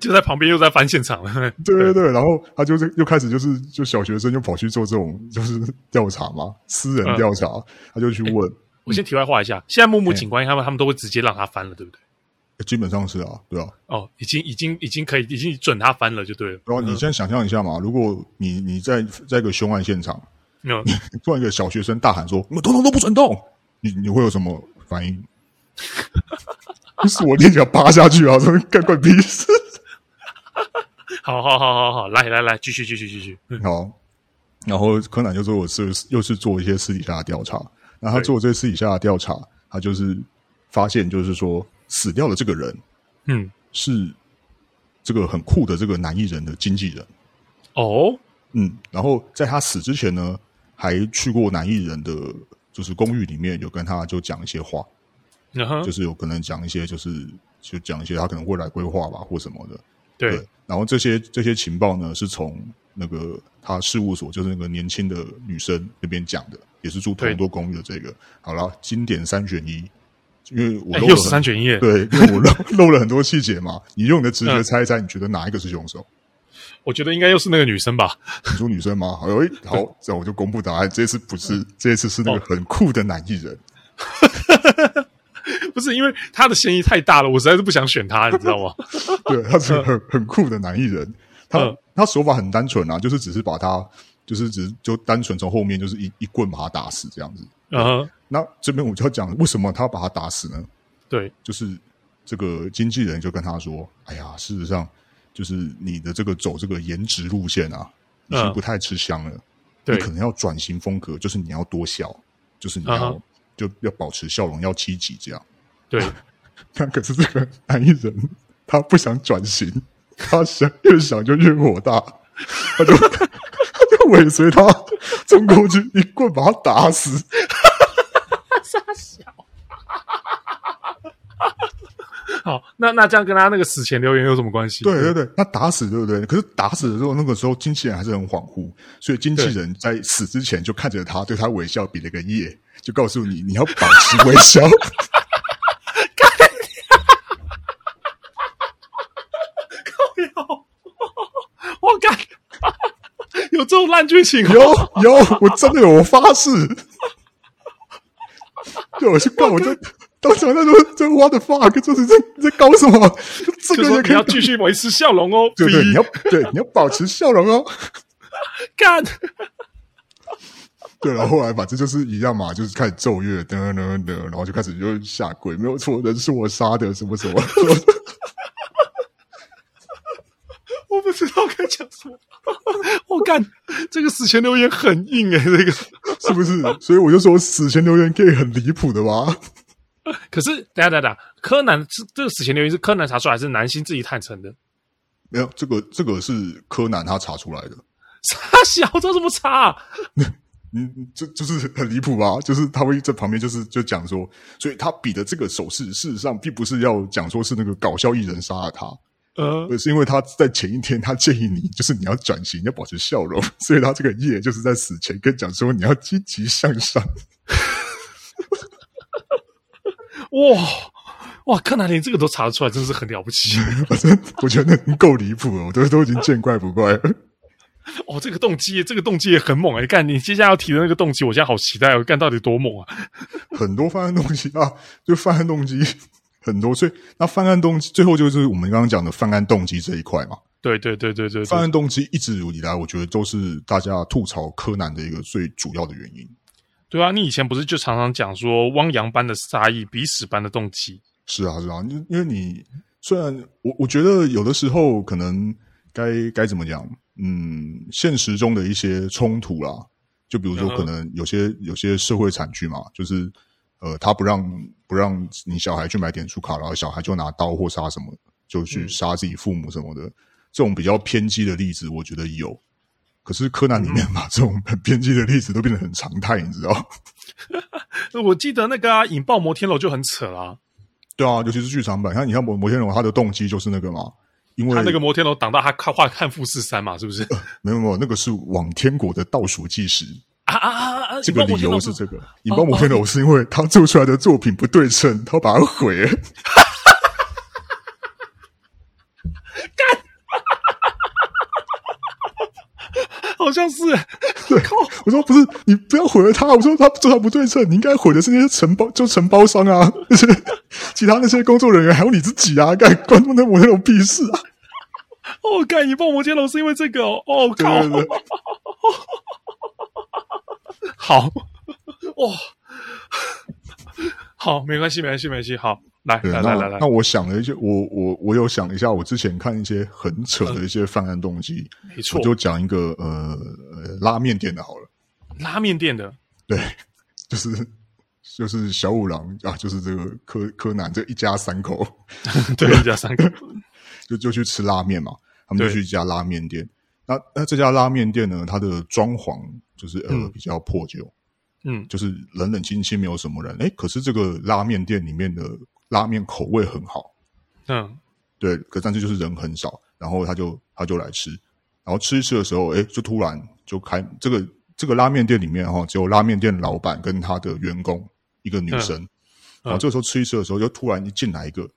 Speaker 1: 就在旁边又在翻现场了，
Speaker 2: 对对对，然后他就是又开始就是就小学生就跑去做这种就是 调查嘛，私人调查，他就去问，
Speaker 1: 我先题外话一下，现在木木
Speaker 2: 哎
Speaker 1: 警官他们他们都会直接让他翻了，对不对？
Speaker 2: 基本上是啊，对啊。
Speaker 1: 哦，已经已经已经可以已经准他翻了就对了。
Speaker 2: 然后你现在想象一下嘛，如果你你在在一个凶案现场，
Speaker 1: 没有，
Speaker 2: 突然一个小学生大喊说“你们通通都不准动”，你你会有什么反应？ 就是我立刻扒下去啊！说干怪逼事。
Speaker 1: 好好好好好，来来来，继续继续继续。嗯
Speaker 2: 好，然后柯南就说我是又是做一些私底下的调查，那他
Speaker 1: 对
Speaker 2: 做这私底下的调查，他就是发现就是说死掉的这个人
Speaker 1: 嗯，
Speaker 2: 是这个很酷的这个男艺人的经纪人，
Speaker 1: 哦，
Speaker 2: 嗯，然后在他死之前呢，还去过男艺人的就是公寓里面有跟他就讲一些话，
Speaker 1: 嗯哼
Speaker 2: 就，是有可能讲一些就是就讲一些他可能未来规划吧或什么的，
Speaker 1: 对，
Speaker 2: 然后这些这些情报呢，是从那个他事务所，就是那个年轻的女生那边讲的，也是住同一
Speaker 1: 对
Speaker 2: 栋公寓的这个。好啦，经典三选一，因为我
Speaker 1: 哎
Speaker 2: 漏
Speaker 1: 又
Speaker 2: 了
Speaker 1: 是
Speaker 2: 很、
Speaker 1: 三选一耶，
Speaker 2: 对，因为我漏 漏了很多细节嘛。你用你的直觉
Speaker 1: 嗯
Speaker 2: 猜一猜，你觉得哪一个是凶手？
Speaker 1: 我觉得应该又是那个女生吧？
Speaker 2: 你说女生吗？好，哎，
Speaker 1: 嗯
Speaker 2: 好，这样我就公布答案。这次不是，这次是那
Speaker 1: 哦
Speaker 2: 个很酷的男艺人。
Speaker 1: 不是，因为她的嫌疑太大了，我实在是不想选 她，你知道吗？
Speaker 2: 对，他是个很、很酷的男艺人，他、
Speaker 1: 嗯
Speaker 2: 他手法很单纯啊，就是只是把他就是只是就单纯从后面就是一一棍把他打死这样子。
Speaker 1: 嗯哼，
Speaker 2: 那这边我就要讲，为什么他把他打死呢？
Speaker 1: 对，
Speaker 2: 就是这个经纪人就跟他说：“哎呀，事实上，就是你的这个走这个颜值路线啊，已经
Speaker 1: 嗯
Speaker 2: 不太吃香了。
Speaker 1: 对
Speaker 2: 你可能要转型风格，就是你要多笑，就是你
Speaker 1: 啊
Speaker 2: 要、
Speaker 1: 哈
Speaker 2: 就要保持笑容，要积极这样。
Speaker 1: 对，
Speaker 2: 那可是这个男艺人他不想转型，他想越想就越火大，他就 他就尾随他冲过去一棍把他打死。”
Speaker 1: 好，那那这样跟她那个死前留言有什么关系？
Speaker 2: 对对对，他打死对不对？可是打死的时候，那个时候经纪人还是很恍惚，所以经纪人在死之前就看着他，对他微笑，比了个耶，就告诉你你要保持微 笑。
Speaker 1: 我干， 有这种烂剧情哦！
Speaker 2: 有有，我真的有，我发誓。 对，我去告， 我就当场他说这 what the fuck，这是在在搞什么？这
Speaker 1: 就
Speaker 2: 个
Speaker 1: 说
Speaker 2: 也
Speaker 1: 你
Speaker 2: 可
Speaker 1: 要
Speaker 2: 以。
Speaker 1: 继续维持笑容哦，
Speaker 2: 对对，
Speaker 1: 比
Speaker 2: 你要对你要保持笑容哦。
Speaker 1: 干，
Speaker 2: 对，然后后来反正就是一样嘛，就是开始奏乐，噔噔噔，然后就开始就下跪，没有错，人是我杀的，什么 什么。
Speaker 1: 我不知道该讲什么。 我干，这个死前留言很硬诶、这个。
Speaker 2: 是不是？所以我就说死前留言可以很离谱的吧？
Speaker 1: 可是，等一下等一下等一下，柯南是这个死前留言是柯南查出来，还是南星自己坦诚的？
Speaker 2: 没有，这个这个是柯南他查出来的，
Speaker 1: 傻小，这怎么查、啊？
Speaker 2: 嗯，这就是很离谱吧？就是他会在旁边就是就讲说，所以他比的这个手势，事实上并不是要讲说是那个搞笑艺人杀了他，
Speaker 1: 呃，
Speaker 2: 而是因为他在前一天他建议你，就是你要转型，要保持笑容， 所以他这个夜就是在死前跟你讲说你要积极向上。
Speaker 1: 哇哇，柯南连这个都查得出来，真是很了不起
Speaker 2: 反正我觉得够离谱了，我都都已经见怪不怪了。
Speaker 1: 哦！这个动机，这个动机也很猛哎、干，你接下来要提的那个动机，我现在好期待哦！干到底多猛啊？
Speaker 2: 很多犯案动机 啊，就犯案动机 很多，所以那犯案动机最后就是我们刚刚讲的犯案动机这一块嘛。
Speaker 1: 对对对对对
Speaker 2: 犯
Speaker 1: 对，
Speaker 2: 案动机一直以来，我觉得都是大家吐槽柯南的一个最主要的原因。
Speaker 1: 对啊！你以前不是就常常讲说汪洋般的杀意，鼻屎般的动机？
Speaker 2: 是啊，是啊，因因为你虽然我我觉得有的时候可能该该怎么讲，嗯，现实中的一些冲突啦，就比如说
Speaker 1: 嗯哼
Speaker 2: 可能有些有些社会惨剧嘛，就是呃，他不让不让你小孩去买点数卡，然后小孩就拿刀或杀什么，就
Speaker 1: 嗯
Speaker 2: 去杀自己父母什么的，这种比较偏激的例子，我觉得有。可是柯南里
Speaker 1: 嗯
Speaker 2: 面把这种很偏激的例子都变得很常态，你知道？
Speaker 1: 我记得那个啊，引爆摩天楼就很扯啦、
Speaker 2: 对啊，尤其是剧场版，像你看摩摩天龙，他的动机就是那个嘛，因为
Speaker 1: 他那个摩天楼挡到他看画汉复四三嘛，是不是？
Speaker 2: 没有没有，那个是往天国的倒数计时。
Speaker 1: 啊啊啊啊！
Speaker 2: 这
Speaker 1: 引
Speaker 2: 个
Speaker 1: 爆
Speaker 2: 理
Speaker 1: 摩天
Speaker 2: 由
Speaker 1: 楼哦
Speaker 2: 是这个，引爆摩天楼是因为他做出来的作品不对称，他把它毁
Speaker 1: 哦
Speaker 2: 了。
Speaker 1: 好像是，靠，
Speaker 2: 我说不是，你不要毁了他。我说他做他不对称，你应该毁的是那些承包，就承包商啊， 就是其他那些工作人员，还有你自己啊，干关他们的摩天楼屁事啊！
Speaker 1: 哦，干！引爆摩天楼是因为这个哦，哦
Speaker 2: 对
Speaker 1: 靠，
Speaker 2: 对对，
Speaker 1: 好， 哇、 好，没关系，没关系，没关系，好，来
Speaker 2: 对
Speaker 1: 来
Speaker 2: 那
Speaker 1: 来来来
Speaker 2: 那，我想了一些，我我我有想一下，我之前看一些很扯的一些犯案动机，
Speaker 1: 没
Speaker 2: 我
Speaker 1: 错，
Speaker 2: 就讲一个呃呃拉面店的好了。
Speaker 1: 拉面店 的，
Speaker 2: 对，就是就是小五郎啊，就是这个柯柯南这一家三口
Speaker 1: 对，一家三 个，
Speaker 2: 就就去吃拉面嘛，他们就
Speaker 1: 对
Speaker 2: 去一家拉面店。那那这家拉面店呢，它的装潢就是呃
Speaker 1: 嗯
Speaker 2: 比较破旧，
Speaker 1: 嗯，
Speaker 2: 就是冷冷清清，没有什么人。哎，可是这个拉面店里面的拉面口味很好，
Speaker 1: 嗯，
Speaker 2: 对，可但是就是人很少，然后他就他就来吃，然后吃一吃的时候，哎，就突然就开这个这个拉面店里面哈、哦，只有拉面店老板跟他的员工一个女
Speaker 1: 嗯
Speaker 2: 生，然后这个时候吃一吃的时候，就突然一进来一个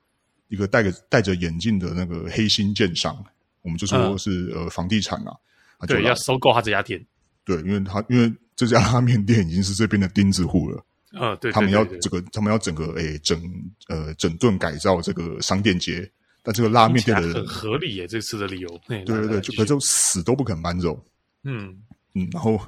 Speaker 2: 一个戴个戴着眼镜的那个黑心建商，我们就说
Speaker 1: 嗯
Speaker 2: 是、呃房地产啊，他就
Speaker 1: 对，
Speaker 2: 来
Speaker 1: 要收购他这家店，
Speaker 2: 对，因为他因为这家拉面店已经是这边的钉子户了，
Speaker 1: 嗯，对，
Speaker 2: 他们
Speaker 1: 对
Speaker 2: 要
Speaker 1: 对对
Speaker 2: 这个，他们要整个诶整呃整顿改造这个商店街，但这个拉面
Speaker 1: 听起来
Speaker 2: 店的人
Speaker 1: 很合理耶，这次的理由，对
Speaker 2: 对对对，就可就死都不肯搬走。
Speaker 1: 嗯，
Speaker 2: 嗯，然后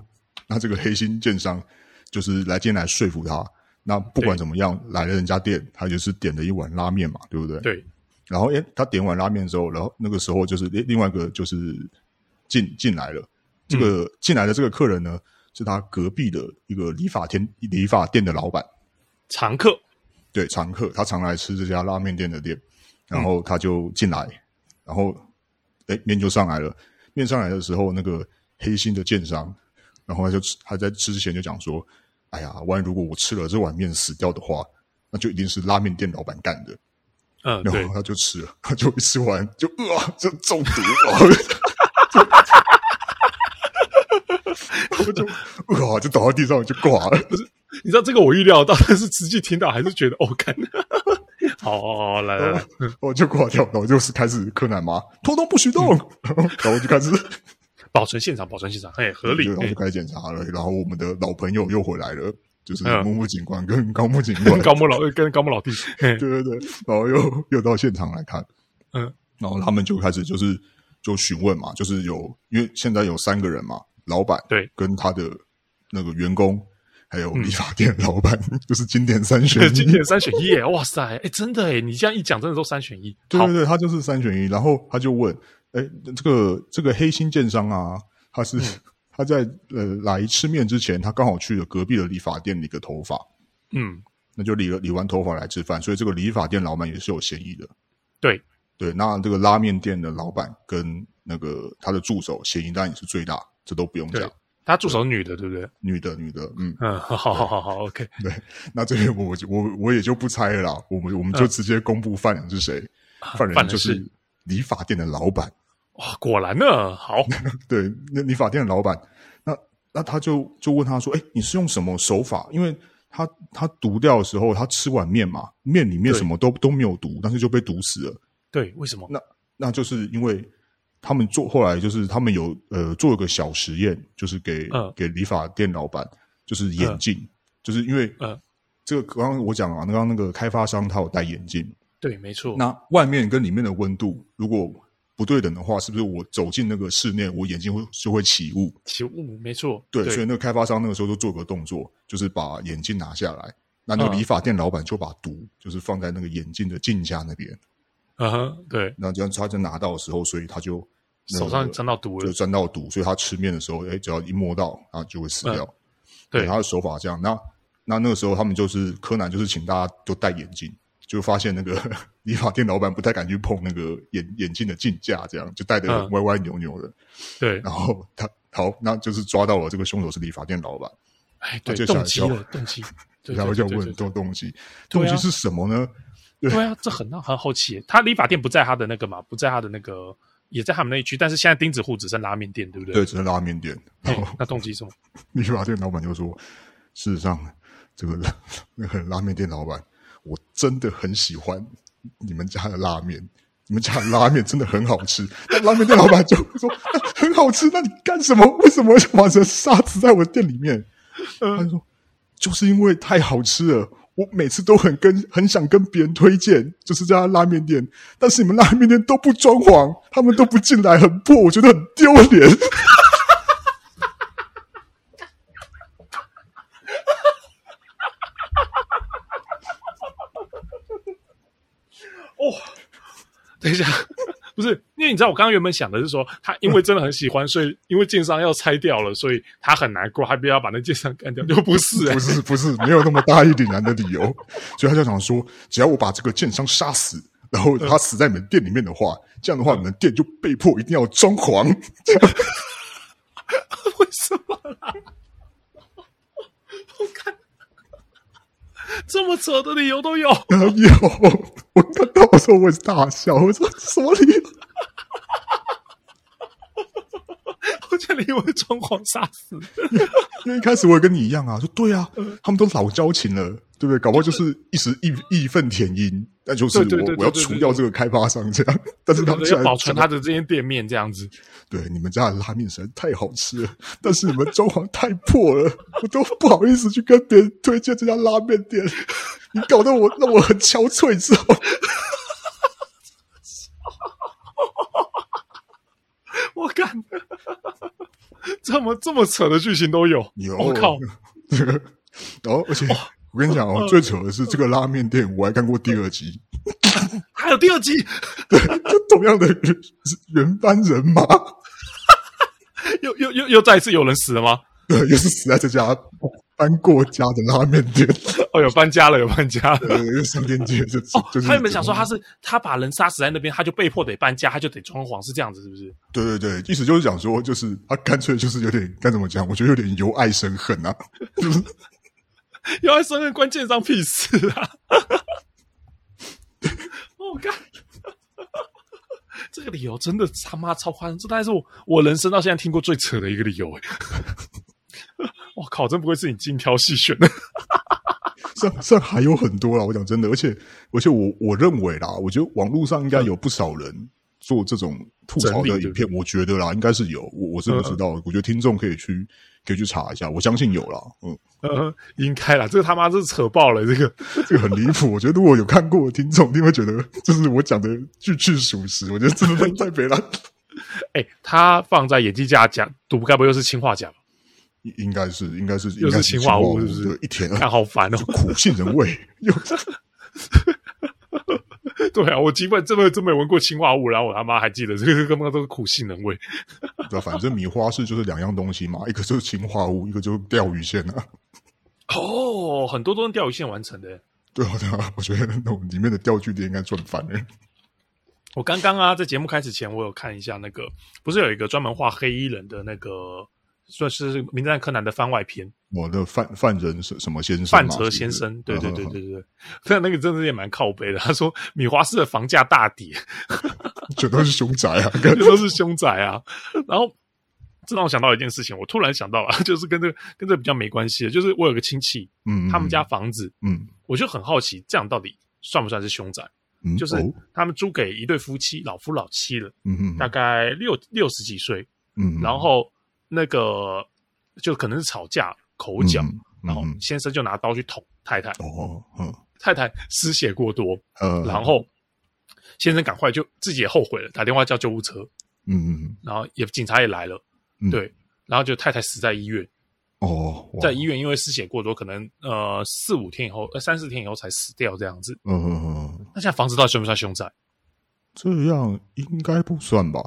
Speaker 2: 那这个黑心建商就是来进来说服他。那不管
Speaker 1: 对
Speaker 2: 怎么样，来了人家店，他就是点了一碗拉面嘛，对不对？。
Speaker 1: 对，
Speaker 2: 然后，诶，他点完拉面之后，然后那个时候就是另另外一个就是进进来了，这个、进来的这个客人呢，是他隔壁的一个理发店理发店的老板，
Speaker 1: 常客，
Speaker 2: 对，常客，他常来吃这家拉面店的店，然后他就进来，然后哎面就上来了，面上来的时候，那个黑心的建商，然后他就吃他在吃之前就讲说，哎呀，万一如果我吃了这碗面死掉的话，那就一定是拉面店老板干的，
Speaker 1: 嗯，
Speaker 2: 然
Speaker 1: 对
Speaker 2: 后，他就吃了，他就一吃完就啊，这中毒， 然后就哇就倒在地上就挂了。
Speaker 1: 你知道这个我预料到，但是实际听到还是觉得，哦，干， 好好，好来来
Speaker 2: 哦
Speaker 1: 来，
Speaker 2: 我就挂掉，然后就是开始柯南嘛，通通不许
Speaker 1: 嗯
Speaker 2: 动，然后就开始，
Speaker 1: 保存现场，保存现场，哎，合理
Speaker 2: 对然，后
Speaker 1: 哎
Speaker 2: 就开始检查了，然后我们的老朋友又回来了，就是
Speaker 1: 嗯
Speaker 2: 木木警官跟高木警官
Speaker 1: 跟，高木老，跟高木老弟，嘿
Speaker 2: 对对对，然后又又到现场来看，
Speaker 1: 嗯，
Speaker 2: 然后他们就开始就是就询问嘛，就是有因为现在有三个人嘛，老板
Speaker 1: 对嗯
Speaker 2: 跟他的那个员工。还有理发店老板， 就是经典三选一，
Speaker 1: 今天三选一，哎哇塞，哎，真的哎，你这样一讲，真的都三选一。
Speaker 2: 对
Speaker 1: 好
Speaker 2: 对，对，他就是三选一。然后他就问：“哎，这个这个黑心建商啊，他是、
Speaker 1: 嗯
Speaker 2: 他在呃来吃面之前，他刚好去了隔壁的理发店理个头发，
Speaker 1: 嗯，
Speaker 2: 那就理了理完头发来吃饭，所以这个理发店老板也是有嫌疑的。
Speaker 1: 对，
Speaker 2: 对，那这个拉面店的老板跟那个他的助手嫌疑当然也是最大，这都不用讲
Speaker 1: 对。他助手女的，对不对？
Speaker 2: 女的，女的，嗯，
Speaker 1: 嗯，好好好好，OK，
Speaker 2: 那这边我我就我我也就不猜了啦，我们我们就直接公布犯人是谁。犯人
Speaker 1: 犯人
Speaker 2: 就是
Speaker 1: 是
Speaker 2: 理发店的老板。
Speaker 1: 哇，果然呢，好，
Speaker 2: 对，那理发店的老板，那那他就就问他说：“哎、你是用什么手法？”因为他他毒掉的时候，他吃碗面嘛，面里面
Speaker 1: 对
Speaker 2: 什么都都没有毒，但是就被毒死了。
Speaker 1: 对，为什么？
Speaker 2: 那就是因为他们做后来就是他们有呃做了个小实验，就是给、
Speaker 1: 嗯
Speaker 2: 给理发店老板就是眼镜，就是因为
Speaker 1: 嗯
Speaker 2: 这个刚刚我讲啊，刚刚那个开发商他有戴眼镜，
Speaker 1: 对，没错，
Speaker 2: 那外面跟里面的温度如果不对等的话，是不是我走进那个室内，我眼睛会就会起雾？
Speaker 1: 起雾，嗯没错，
Speaker 2: 对，
Speaker 1: 对，
Speaker 2: 所以那个开发商那个时候就做个动作，就是把眼镜拿下来，那那
Speaker 1: 嗯
Speaker 2: 个理发店老板就把毒就是放在那个眼镜的镜架那边，
Speaker 1: 嗯哼，对，
Speaker 2: 那这样他就拿到的时候，所以他就那个
Speaker 1: 手上沾到毒
Speaker 2: 就
Speaker 1: 了，
Speaker 2: 沾到毒，所以他吃面的时候，哎，只要一摸到，啊就会死掉。
Speaker 1: 嗯对
Speaker 2: 他的手法这样。那那那个时候他们就是柯南，就是请大家都戴眼镜，就发现那个 理发店老板不太敢去碰那个眼眼镜的镜架，这样就戴的
Speaker 1: 嗯
Speaker 2: 歪歪扭扭的。
Speaker 1: 对，
Speaker 2: 然后他好，那就是抓到了这个凶手是理发店老板，
Speaker 1: 哎，对，
Speaker 2: 接下来
Speaker 1: 动机
Speaker 2: 就
Speaker 1: 了，动 机，对，
Speaker 2: 然后
Speaker 1: 对
Speaker 2: 就
Speaker 1: 对
Speaker 2: 问
Speaker 1: 对
Speaker 2: 动动机，
Speaker 1: 对
Speaker 2: 动
Speaker 1: 啊
Speaker 2: 机是什么呢？
Speaker 1: 对啊，这很让很好奇耶。他理发店不在他的那个嘛，不在他的那个，也在他们那一区，但是现在钉子户只剩拉面店，对不对？
Speaker 2: 对，只能拉面店。
Speaker 1: 嘿那动机是什么？
Speaker 2: 理发店老板就说：“事实上，这个那个拉面店老板，我真的很喜欢你们家的拉面，你们家的拉面真的很好吃。”那拉面店老板就说：“那很好吃，那你干什么？为什么要把人杀死在我店里面？”他就说：“就是因为太好吃了。”我每次都很跟很想跟别人推荐，就是这家拉面店，但是你们拉面店都不装潢，他们都不进来，很破，我觉得很丢脸。
Speaker 1: 等一下，不是，因为你知道我刚刚原本想的是说，他因为真的很喜欢，所以因为建商要拆掉了，所以他很难过，还必须要把那建商干掉，就不是、欸
Speaker 2: 不？是不是，没有那么大义凛然的理由，所以他就想说，只要我把这个建商杀死，然
Speaker 1: 嗯
Speaker 2: 后他死在你们店里面的话，这样的话你们店就被迫一定要装潢。
Speaker 1: 为什么啦？我看这么扯的理由都有，
Speaker 2: 然后有我看到的时候我也是大笑，我说什么理由？
Speaker 1: 我觉得你为装潢杀死。
Speaker 2: 因为一开始我也跟你一样啊，说对啊，
Speaker 1: 嗯
Speaker 2: 他们都老交情了，对不对？搞不好就是一时义义愤填膺，那就是
Speaker 1: 对对对对
Speaker 2: 我我要
Speaker 1: 对对
Speaker 2: 除掉这个开发商这样，但是他们
Speaker 1: 要
Speaker 2: 竟然
Speaker 1: 保存
Speaker 2: 讲
Speaker 1: 他的这间店面这样子，
Speaker 2: 对，你们家的拉面实在太好吃了， 但是你们装潢太破了， 我都不好意思去跟别人推荐这家拉面店， 你搞得我让我很憔悴，知道吗？
Speaker 1: 我干，这么这么扯的剧情都有，
Speaker 2: 有
Speaker 1: 我靠，
Speaker 2: 这个，哦 然后而且我跟你讲哦，最扯的是这个拉面店，我还看过第二集，
Speaker 1: 还有第二集，
Speaker 2: 就同样的原原班人马，
Speaker 1: 又又又又再一次有人死了吗？
Speaker 2: 对，又是死在这家搬过家的拉面店，
Speaker 1: 哦，有搬家了，有搬家了。
Speaker 2: 呃，又商店街，就
Speaker 1: 哦，
Speaker 2: 就是
Speaker 1: 他原本想说他是他把人杀死在那边，他就被迫得搬家，他就得装潢，是这样子，是不是？
Speaker 2: 对对对，意思就是讲说，就是他干脆就是有点该怎么讲，我觉得有点由爱生恨啊。
Speaker 1: 要来生个关键上屁事啊！我干，这个理由真的他妈超夸张，这大概是我我人生到现在听过最扯的一个理由、欸。 我靠，真不愧是你精挑细选的。
Speaker 2: 上上还有很多啦，我讲真的，而且而且我我认为啦，我觉得网络上应该有不少人做这种吐槽
Speaker 1: 嗯整
Speaker 2: 的
Speaker 1: 理嗯对
Speaker 2: 影
Speaker 1: 不
Speaker 2: 片，我觉得啦，应该是有，我我是不知道，我觉得听众可以去可以去查一下，我相信有啦，嗯，
Speaker 1: 呃，应该啦，这个他妈是扯爆了，这个
Speaker 2: 这个很离谱，我觉得如果有看过的听众，一定会觉得就是我讲的句句属实，我觉得真的太太北了，
Speaker 1: 哎、他放在演技家讲，赌该不会又是氰化钾吧？
Speaker 2: 应应该是应该是
Speaker 1: 又是
Speaker 2: 应该
Speaker 1: 氰
Speaker 2: 氰化
Speaker 1: 化物是不
Speaker 2: 对
Speaker 1: 是？
Speaker 2: 一舔
Speaker 1: 看好烦哦、
Speaker 2: 苦杏仁味，又
Speaker 1: 对啊，我基本这么这么闻过氰化物，然后我他妈还记得这个根本都是苦杏仁味。
Speaker 2: 对、啊，反正米花市就是两样东西嘛，一个就是氰化物，一个就是钓鱼线啊。
Speaker 1: 哦，很多都是钓鱼线完成的。欸
Speaker 2: 对啊，对啊， 我觉得那种里面的钓具店应该赚翻了。
Speaker 1: 我刚刚啊，在节目开始前，我有看一下那个，不是有一个专门画黑衣人的那个算是《名侦探柯南》的番外篇，
Speaker 2: 我的犯犯人什什么先生
Speaker 1: 范
Speaker 2: 嘛，
Speaker 1: 哲先
Speaker 2: 是
Speaker 1: 生，对对对
Speaker 2: 嗯
Speaker 1: 对对，那那个真的也蛮靠背的。他说米华市的房价大跌，
Speaker 2: 不是全都是凶宅啊， 跟
Speaker 1: 这都是凶宅啊。然后这让我想到一件事情，我突然想到了，啊 就是跟这个跟这个比较没关系的，就是我有个亲戚，
Speaker 2: 嗯，
Speaker 1: 他们家房子，
Speaker 2: 嗯
Speaker 1: 我就很好奇，这样到底算不算是凶宅？
Speaker 2: 嗯
Speaker 1: 就是
Speaker 2: 哦
Speaker 1: 他们租给一对夫妻，老夫老妻了，
Speaker 2: 嗯嗯
Speaker 1: 大概六六十几岁，
Speaker 2: 嗯，
Speaker 1: 然后那个就可能是吵架口角，
Speaker 2: 嗯
Speaker 1: 然后
Speaker 2: 嗯
Speaker 1: 先生就拿刀去捅太太，
Speaker 2: 哦嗯
Speaker 1: 太太失血过多，
Speaker 2: 呃，
Speaker 1: 然后先生赶快就自己也后悔了，打电话叫救护车，
Speaker 2: 嗯嗯
Speaker 1: 然后也警察也来了，
Speaker 2: 嗯
Speaker 1: 对，然后就太太死在医院，
Speaker 2: 哦，哇
Speaker 1: 在医院因为失血过多，可能呃四五天以后，呃三四天以后才死掉这样子。
Speaker 2: 嗯嗯嗯嗯，
Speaker 1: 那现在房子到底算不算凶宅？
Speaker 2: 这样应该不算吧？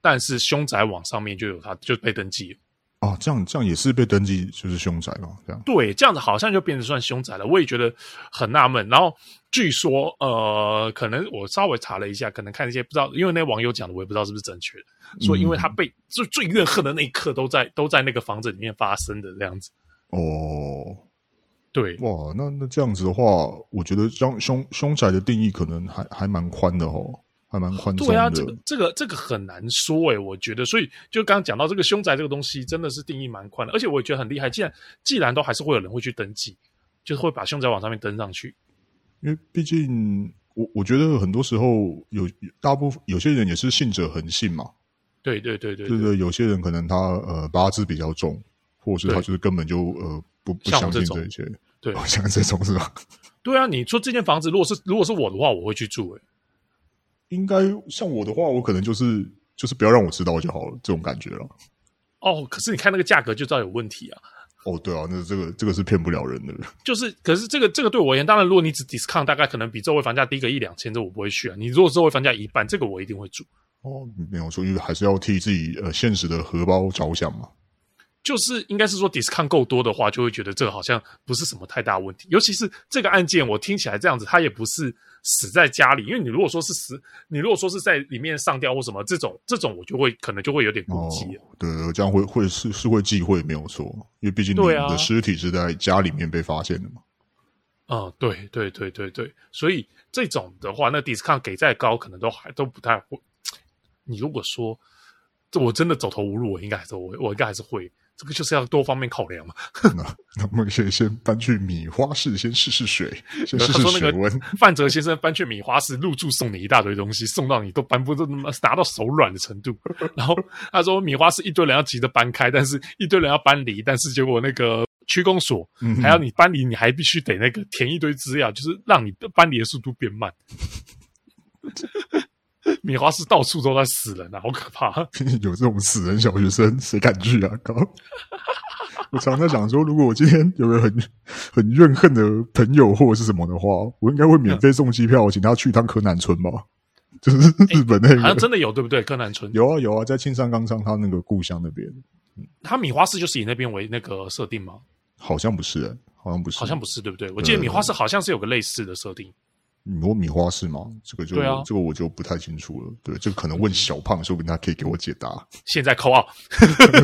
Speaker 1: 但是凶宅网上面就有它就被登记了，
Speaker 2: 啊，这样这样也是被登记就是凶宅嘛，这样
Speaker 1: 对，这样子好像就变成算凶宅了。我也觉得很纳闷。然后据说呃，可能我稍微查了一下，可能看一些不知道，因为那网友讲的我也不知道是不是正确的，说因为他被最最怨恨的那一刻都在都在那个房子里面发生的这样子。
Speaker 2: 哦。
Speaker 1: 对，
Speaker 2: 哇，那那这样子的话，我觉得凶凶凶宅的定义可能还还蛮宽的哦，还蛮宽松的。
Speaker 1: 对啊，这个这个这个很难说诶、我觉得，所以就刚刚讲到这个凶宅这个东西，真的是定义蛮宽的，而且我也觉得很厉害。既然既然都还是会有人会去登记，就是会把凶宅往上面登上去。
Speaker 2: 因为毕竟我我觉得很多时候有大部分有些人也是信者恒信嘛，
Speaker 1: 对对对对
Speaker 2: 对对，有些人可能他呃八字比较重，或者是他
Speaker 1: 对
Speaker 2: 就是根本就呃不不
Speaker 1: 像我
Speaker 2: 相信
Speaker 1: 这种
Speaker 2: 这一些，
Speaker 1: 对
Speaker 2: 哦像这种是吧？
Speaker 1: 对啊！你说这间房子，如果是如果是我的话，我会去住诶、欸
Speaker 2: 应该像我的话，我可能就是就是不要让我知道就好了，这种感觉了。
Speaker 1: 哦，可是你看那个价格就知道有问题啊。
Speaker 2: 哦，对啊，那这个这个是骗不了人的。
Speaker 1: 就是，可是这个这个对我而言，当然，如果你只 discount，大概可能比周围房价低个一两千，这我不会去啊。你如果周围房价一半，这个我一定会住。
Speaker 2: 哦，没有错，因为还是要替自己呃现实的荷包着想嘛。
Speaker 1: 就是应该是说 discount 够多的话，就会觉得这个好像不是什么太大问题。尤其是这个案件，我听起来这样子，他也不是死在家里，因为你如果说是死，你如果说是在里面上吊或什么这种，这种我就会可能就会有点顾
Speaker 2: 哦
Speaker 1: 忌啊了。，
Speaker 2: 对，这样会会是是会忌讳，没有错，因为毕竟你
Speaker 1: 对啊
Speaker 2: 的尸体是在家里面被发现的嘛。
Speaker 1: 嗯，对对对对对，所以这种的话，那 discount 给再高，可能都还都不太会。你如果说这我真的走投无路，我应该还是我我应该还是会，这个就是要多方面考量嘛。
Speaker 2: 那那么先先搬去米花市，先试试水，先试
Speaker 1: 他
Speaker 2: 试
Speaker 1: 说那
Speaker 2: 水温
Speaker 1: 个。 范哲先生搬去米花市入住，送你一大堆东西，送到你都搬不都拿到手软的程度。 然后他说米花市一堆人要急着搬开，但是一堆人要搬离，但是结果那个区公所
Speaker 2: 嗯哼
Speaker 1: 还要你搬离，你还必须得那个填一堆资料，就是让你搬离的速度变慢。 米花市到处都在死人啊，好可怕！
Speaker 2: 有这种死人小学生，谁敢去啊？靠！我常在想说，如果我今天有个很很怨恨的朋友或者是什么的话，我应该会免费送机票，请他去一趟柯南村吧，就是日本那
Speaker 1: 哎好像
Speaker 2: 个。
Speaker 1: 真的有对不对？柯南村
Speaker 2: 有啊有啊，在青山刚昌他那个故乡那边，
Speaker 1: 他米花市就是以那边为那个设定吗？
Speaker 2: 好像不是、欸，好像不是，呃
Speaker 1: 好像不是，对不对？我记得米花市好像是有个类似的设定。
Speaker 2: 你说米花市吗？这个就、
Speaker 1: 对啊
Speaker 2: 这个我就不太清楚了。对，这个可能问小胖，说不定他可以给我解答。
Speaker 1: 现在扣啊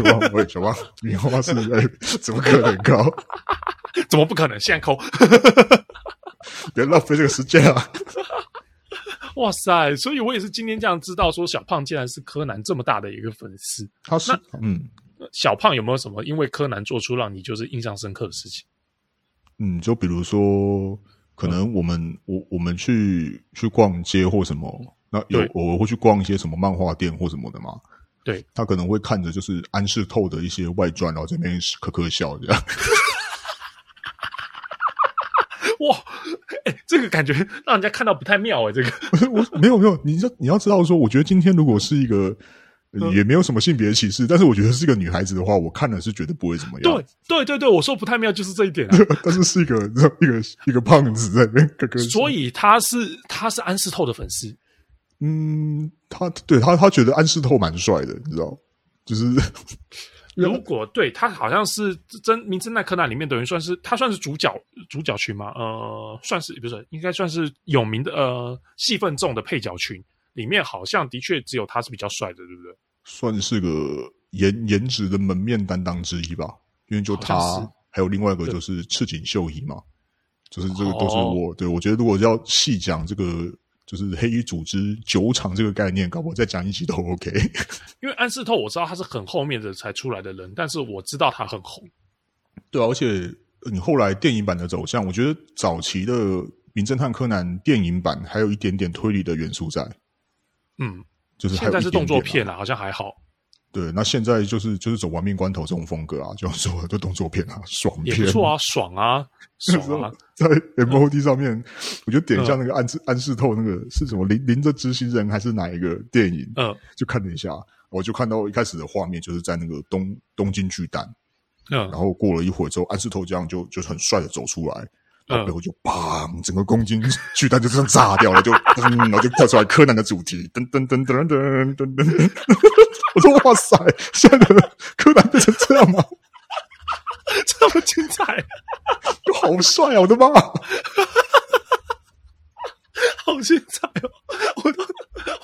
Speaker 1: 二，
Speaker 2: 喂，小胖，米花市哎，怎么可能高？
Speaker 1: 怎么不可能？现在扣，
Speaker 2: 别浪费这个时间啊！
Speaker 1: 哇塞！所以我也是今天这样知道，说小胖竟然是柯南这么大的一个粉丝。
Speaker 2: 他是嗯
Speaker 1: 呃小胖有没有什么因为柯南做出让你就是印象深刻的事情？
Speaker 2: 嗯，就比如说，可能我们、我我们去去逛街或什么，那有
Speaker 1: 对
Speaker 2: 我会去逛一些什么漫画店或什么的嘛。
Speaker 1: 对，
Speaker 2: 他可能会看着就是安室透的一些外传，然后这边咯咯笑这样。
Speaker 1: 哇，哎、这个感觉让人家看到不太妙哎、这个
Speaker 2: 不是我没有没有，你要你要知道说，我觉得今天如果是一个、呃也没有什么性别歧视，但是我觉得是一个女孩子的话，我看了是绝对不会怎么样。
Speaker 1: 对对对对，我说不太妙就是这一 点、啊。
Speaker 2: 对，但是是一个 一个一个胖子在那边咯咯笑。
Speaker 1: 所以他是他是安室透的粉丝，
Speaker 2: 嗯，他对他他觉得安室透蛮帅的，你知道，就是
Speaker 1: 如果对他好像是真《名侦探柯南》里面等于算是他算是主角主角群嘛，呃，算是不是应该算是有名的呃戏份重的配角群，里面好像的确只有他是比较帅的，对不对？
Speaker 2: 算是个颜颜值的门面担当之一吧，因为就他
Speaker 1: 好像是
Speaker 2: 还有另外一个就是赤井秀一嘛，就是这个都是
Speaker 1: 哦
Speaker 2: 我、对我觉得如果要细讲这个就是黑衣组织酒厂这个概念，搞不好再讲一集都 OK。
Speaker 1: 因为安室透我知道他是很后面的才出来的人，但是我知道他很红。
Speaker 2: 对啊，而且你后来电影版的走向，我觉得早期的《名侦探柯南》电影版还有一点点推理的元素在，
Speaker 1: 嗯，
Speaker 2: 就是还
Speaker 1: 现
Speaker 2: 有
Speaker 1: 在
Speaker 2: 一
Speaker 1: 是
Speaker 2: 点
Speaker 1: 动作
Speaker 2: 点啊
Speaker 1: 片了、好像还好，
Speaker 2: 对，那现在就是就是走亡命关头这种风格啊， 就做很多动作片啊， 爽
Speaker 1: 也
Speaker 2: 片
Speaker 1: 不错啊，爽 啊，爽啊！
Speaker 2: 在 MOD 上面，我觉得点
Speaker 1: 嗯
Speaker 2: 一下那个暗示、暗示透那个是什么《临临着执行人》还是哪一个电影，
Speaker 1: 嗯
Speaker 2: 就看了一下，我就看到一开始的画面就是在那个东东京巨蛋，然
Speaker 1: 嗯
Speaker 2: 后过了一会儿之后，暗示透这样就就是很帅的走出来，然后背
Speaker 1: 嗯，
Speaker 2: 后就砰，整个公斤巨蛋就这样炸掉了，就噔，然后就跳出来柯南的主题，噔噔噔噔噔噔噔。 我说哇塞，现在的柯南变成这样吗？
Speaker 1: 这么精彩，
Speaker 2: 就好帅啊！我的妈！
Speaker 1: 好精彩哦！我都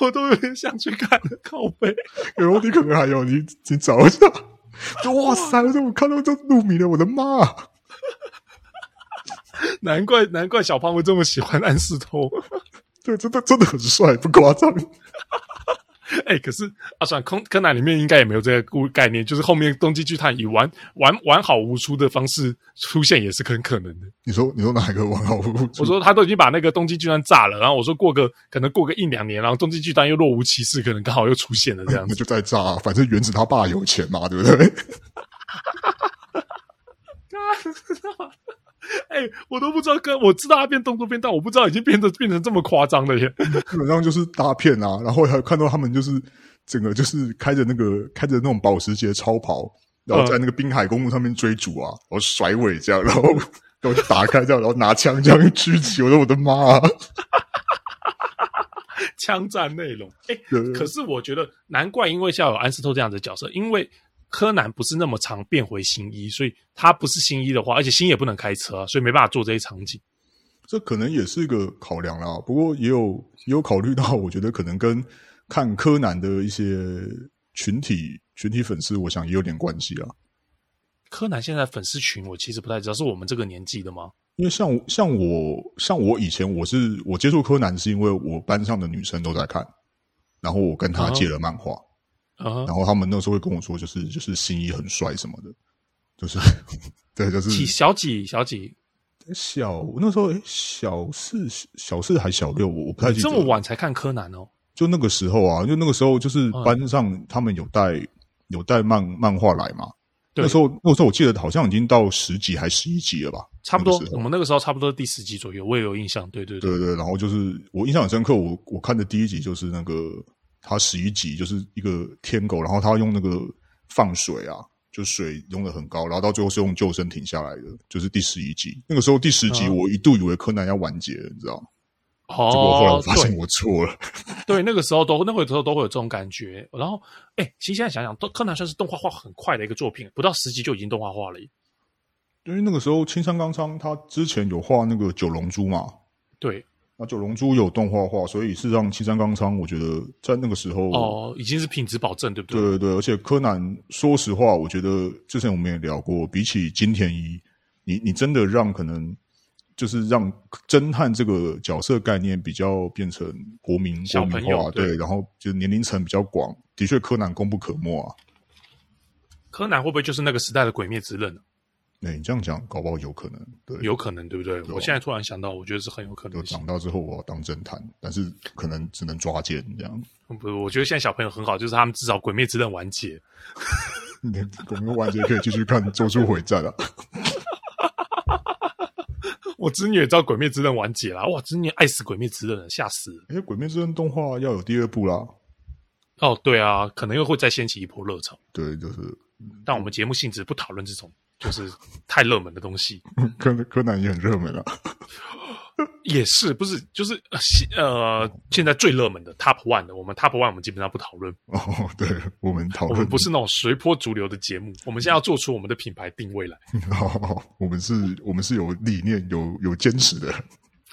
Speaker 1: 我都有点想去看了，靠背。
Speaker 2: 然后你可能还有你，你找一下。就哇塞！我说我看到这入迷了，我的妈！
Speaker 1: 难怪难怪小胖会这么喜欢安室透。
Speaker 2: 对，真的真的很帅，不夸张。
Speaker 1: 哎、可是啊，算了柯柯南里面应该也没有这个故概念，就是后面东京巨探以完完完好无出的方式出现也是很可能的。
Speaker 2: 你说你说哪一个王好？
Speaker 1: 我说他都已经把那个东京巨蛋炸了，然后我说过个可能过个一两年，然后东京巨蛋又若无其事，可能刚好又出现了这样
Speaker 2: 那
Speaker 1: 子。
Speaker 2: 就再炸、反正原子他爸有钱嘛，对不对？
Speaker 1: 哎、我都不知道跟我知道他变动作片，但我不知道已经变得变成这么夸张了耶。
Speaker 2: 基本上就是大片啊，然后还有看到他们就是整个就是开着那个开着那种保时捷超跑，
Speaker 1: 嗯
Speaker 2: 然后在那个滨海公路上面追逐啊，然后甩尾这样，然后 然后就打开这样，然后拿枪这样狙击，我说我的妈、啊！
Speaker 1: 枪战内容，哎、
Speaker 2: 对
Speaker 1: 可是我觉得难怪，因为像有安室透这样的角色，因为柯南不是那么常变回新一，所以他不是新一的话，而且新一也不能开车啊、所以没办法做这些场景。
Speaker 2: 这可能也是一个考量啦，不过也有也有考虑到，我觉得可能跟看柯南的一些群体群体粉丝，我想也有点关系啊。
Speaker 1: 柯南现在粉丝群我其实不太知道，是我们这个年纪的吗？
Speaker 2: 因为像我像我像我以前我是我接触柯南是因为我班上的女生都在看，然后我跟她借了漫画，
Speaker 1: 啊、
Speaker 2: 然后他们那时候会跟我说就是就是新一很帅什么的，就是对就
Speaker 1: 几
Speaker 2: 是
Speaker 1: 小几小几
Speaker 2: 小那时候诶小四小四还小六我我不太记得
Speaker 1: 这么晚才看柯南哦，
Speaker 2: 就那个时候啊，就那个时候就是
Speaker 1: 嗯
Speaker 2: 班上他们有带、有带漫漫画来嘛，
Speaker 1: 对
Speaker 2: 那时候那时候我记得好像已经到十集还十一集了吧，
Speaker 1: 差不多
Speaker 2: 那个时，候
Speaker 1: 我们那个时候差不多第十集左右，我也有印象。对对对，
Speaker 2: 对对，然后就是我印象很深刻，我我看的第一集就是那个他十一集就是一个天狗，然后他用那个放水啊，就水用的很高，然后到最后是用救生艇下来的，就是第十一集。那个时候第十集
Speaker 1: 嗯
Speaker 2: 我一度以为柯南要完结了，你知道吗？结果后来我
Speaker 1: 哦，
Speaker 2: 发现
Speaker 1: 对
Speaker 2: 我错了。
Speaker 1: 对，那个时候都那个时候都会有这种感觉。然后，哎，其实现在想想，都柯南算是动画化很快的一个作品，不到十集就已经动画化了耶。
Speaker 2: 因为那个时候青山刚昌他之前有画那个九龙珠嘛，
Speaker 1: 对，
Speaker 2: 那九龙珠有动画化，所以事实上青山刚昌我觉得在那个时候
Speaker 1: 哦，已经是品质保证，对不
Speaker 2: 对
Speaker 1: 对？
Speaker 2: 对对，而且柯南，说实话，我觉得之前我们也聊过，比起金田一，你你真的让可能就是让侦探这个角色概念比较变成国民
Speaker 1: 小
Speaker 2: 国
Speaker 1: 朋
Speaker 2: 民
Speaker 1: 友
Speaker 2: 化，
Speaker 1: 对
Speaker 2: 对，然后就年龄层比较广，的确柯南功不可没啊。
Speaker 1: 柯南会不会就是那个时代的《鬼灭之刃》
Speaker 2: 那哎你这样讲，搞不好有可能，对，
Speaker 1: 有可能，对不对？我现在突然想到，我觉得是很有可
Speaker 2: 就
Speaker 1: 能性。
Speaker 2: 长大之后我要当侦探，但是可能只能抓奸这样。
Speaker 1: 不，我觉得现在小朋友很好，就是他们至少《鬼灭之刃》完结。
Speaker 2: 你我们完全可以继续看《周处回战》啊。
Speaker 1: 我侄女也知道《鬼灭之刃》完结啦，哇，侄女爱死《鬼灭之刃》了，吓死了。
Speaker 2: 因哎为《鬼灭之刃》动画要有第二部啦，
Speaker 1: 哦，对啊，可能又会再掀起一波热潮。
Speaker 2: 对，就是
Speaker 1: 但我们节目性质不讨论这种就是太热门的东西，
Speaker 2: 柯柯南也很热门啊。
Speaker 1: 也是不是就是呃现呃现在最热门的 Top One 的，我们 Top One 我们基本上不讨论，
Speaker 2: 哦，对，我们讨
Speaker 1: 我
Speaker 2: 论
Speaker 1: 们不是那种随波逐流的节目，我们现在要做出我们的品牌定位来，
Speaker 2: 哦，我们是，我们是有理念、有有坚持的。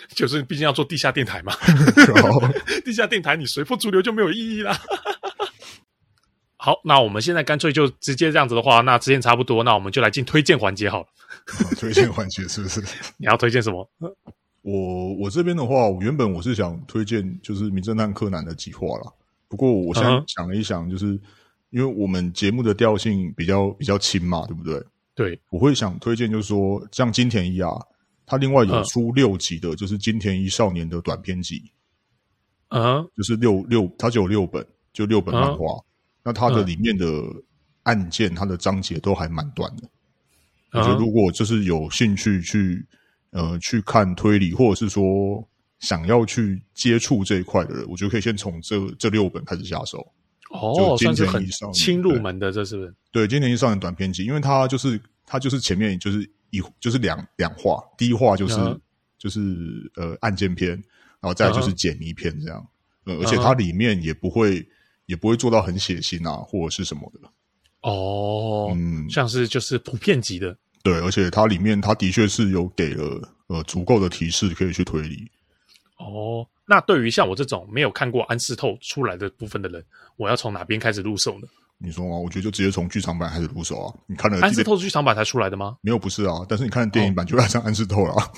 Speaker 1: 就是毕竟要做地下电台嘛，
Speaker 2: 然后
Speaker 1: 地下电台你随波逐流就没有意义啦。 好，那我们现在干脆就直接这样子的话，那时间差不多，那我们就来进推荐环节好了。
Speaker 2: 推荐环节是不是？
Speaker 1: 你要推荐什么？
Speaker 2: 我我这边的话，我原本我是想推荐就是《名侦探柯南》的计划啦。不过我现在
Speaker 1: 嗯哼
Speaker 2: 想了一想，就是、因为我们节目的调性比较比较轻嘛，对不对？
Speaker 1: 对，
Speaker 2: 我会想推荐，就是说像金田一啊，他另外有
Speaker 1: 嗯
Speaker 2: 出六集的，就是金田一少年的短篇集，
Speaker 1: 嗯
Speaker 2: 就是六六，它只有六本，就六本漫画。那它的
Speaker 1: 嗯
Speaker 2: 里面的案件，它的章节都还蛮短的。我觉得
Speaker 1: 嗯
Speaker 2: 如果就是有兴趣去呃去看推理，或者是说想要去接触这一块的人，我觉得可以先从这这六本开始下手。
Speaker 1: 哦算
Speaker 2: 就，金
Speaker 1: 是
Speaker 2: 田
Speaker 1: 很
Speaker 2: 一少年
Speaker 1: 轻入
Speaker 2: 对
Speaker 1: 门的，这是不是？
Speaker 2: 对，今年一少年短篇集，因为它就是它就是前面就是一就是两两话，第一话就是、
Speaker 1: 嗯
Speaker 2: 就是呃案件篇，然后再来就是
Speaker 1: 嗯
Speaker 2: 解谜篇这样。呃，而
Speaker 1: 嗯
Speaker 2: 且它里面也不会也不会做到很血腥啊，或者是什么的。
Speaker 1: 哦，
Speaker 2: 嗯，
Speaker 1: 像是就是普遍级的，
Speaker 2: 对，而且它里面它的确是有给了呃足够的提示可以去推理。
Speaker 1: 哦，那对于像我这种没有看过安室透出来的部分的人，我要从哪边开始入手呢？
Speaker 2: 你说啊，我觉得就直接从剧场版开始入手啊。你看了
Speaker 1: 安
Speaker 2: 这
Speaker 1: 室
Speaker 2: 个
Speaker 1: 透是剧哦场版才出来的吗？
Speaker 2: 没有不是啊，但是你看了电影版就要上安室透了、啊，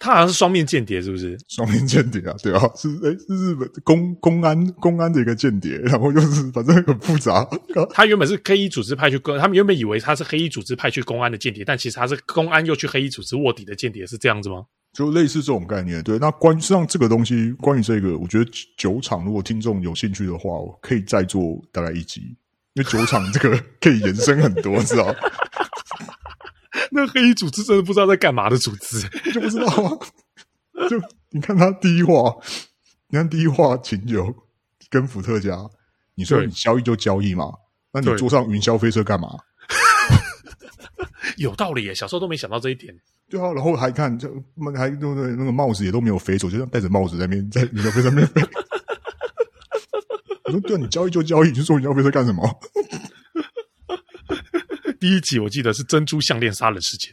Speaker 1: 他好像是双面间谍，是不是？
Speaker 2: 双面间谍啊，对啊， 是哎、是日本公公安公安的一个间谍， 然后又是反正很复杂。
Speaker 1: 他原本是黑衣组织派去跟，他们原本以为他是黑衣组织派去公安的间谍，但其实他是公安又去黑衣组织卧底的间谍，是这样子吗？
Speaker 2: 就类似这种概念，对。那关实际上这个东西，关于这个，我觉得酒厂如果听众有兴趣的话，我可以再做大概一集，因为酒厂这个 可以延伸很多，知道吗？
Speaker 1: 那黑衣组织真的不知道在干嘛的组织，
Speaker 2: 就不知道吗？ 就你看他第一话，你看第一话秦九跟伏特加，你说
Speaker 1: 对
Speaker 2: 你交易就交易嘛，那你
Speaker 1: 对
Speaker 2: 坐上云霄飞车干嘛？
Speaker 1: 有道理耶，小时候都没想到这一点。
Speaker 2: 对啊，然后还看就还那个那个帽子也都没有飞走，就像戴着帽子在那边在云霄飞车那边飞。 我说对啊，你交易就交易，你去坐云霄飞车干什么？
Speaker 1: 第一集我记得是珍珠项链杀人事件，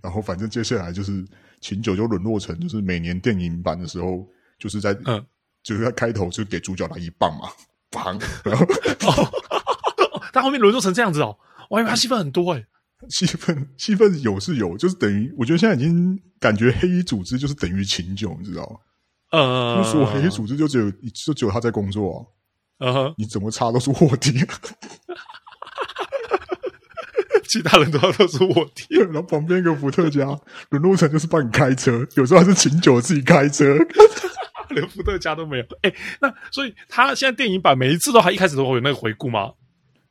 Speaker 2: 然后反正接下来就是秦九就沦落成就是每年电影版的时候，就是在、
Speaker 1: 嗯
Speaker 2: 就是在开头就给主角来一棒嘛，棒，然后
Speaker 1: 哦 他后面沦落成这样子哦，我以为他戏份很多哎。
Speaker 2: 戏份戏份有是有，就是等于我觉得现在已经感觉黑衣组织就是等于秦九，你知道吗？
Speaker 1: 呃，
Speaker 2: 那说黑衣组织就只有就只有他在工作、啊，
Speaker 1: 嗯哼，
Speaker 2: 你怎么查都是卧底、啊，
Speaker 1: 其他人都都是卧 底。
Speaker 2: 然后旁边一个伏特加，沦落成就是帮你开车，有时候还是秦九自己开车，
Speaker 1: 连伏特加都没有。哎、那所以他现在电影版每一次都还一开始都会有那个回顾吗？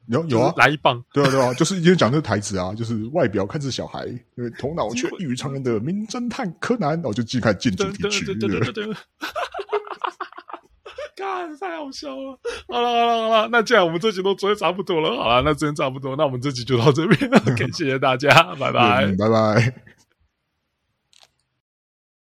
Speaker 2: 有有啊
Speaker 1: 就是，来一棒，
Speaker 2: 对啊对啊，就是今天讲这个台词啊，就是外表看似小孩，因为头脑却异于常人的名侦探柯南，然后就继续开始进主
Speaker 1: 对
Speaker 2: 题
Speaker 1: 对
Speaker 2: 曲，
Speaker 1: 对对对 对。看，太好笑了！好了好了好了，那既然我们这集都昨天差 不多了，好了，那今天差不多，那我们这集就到这边，感谢大家，拜拜。
Speaker 2: 嗯拜拜。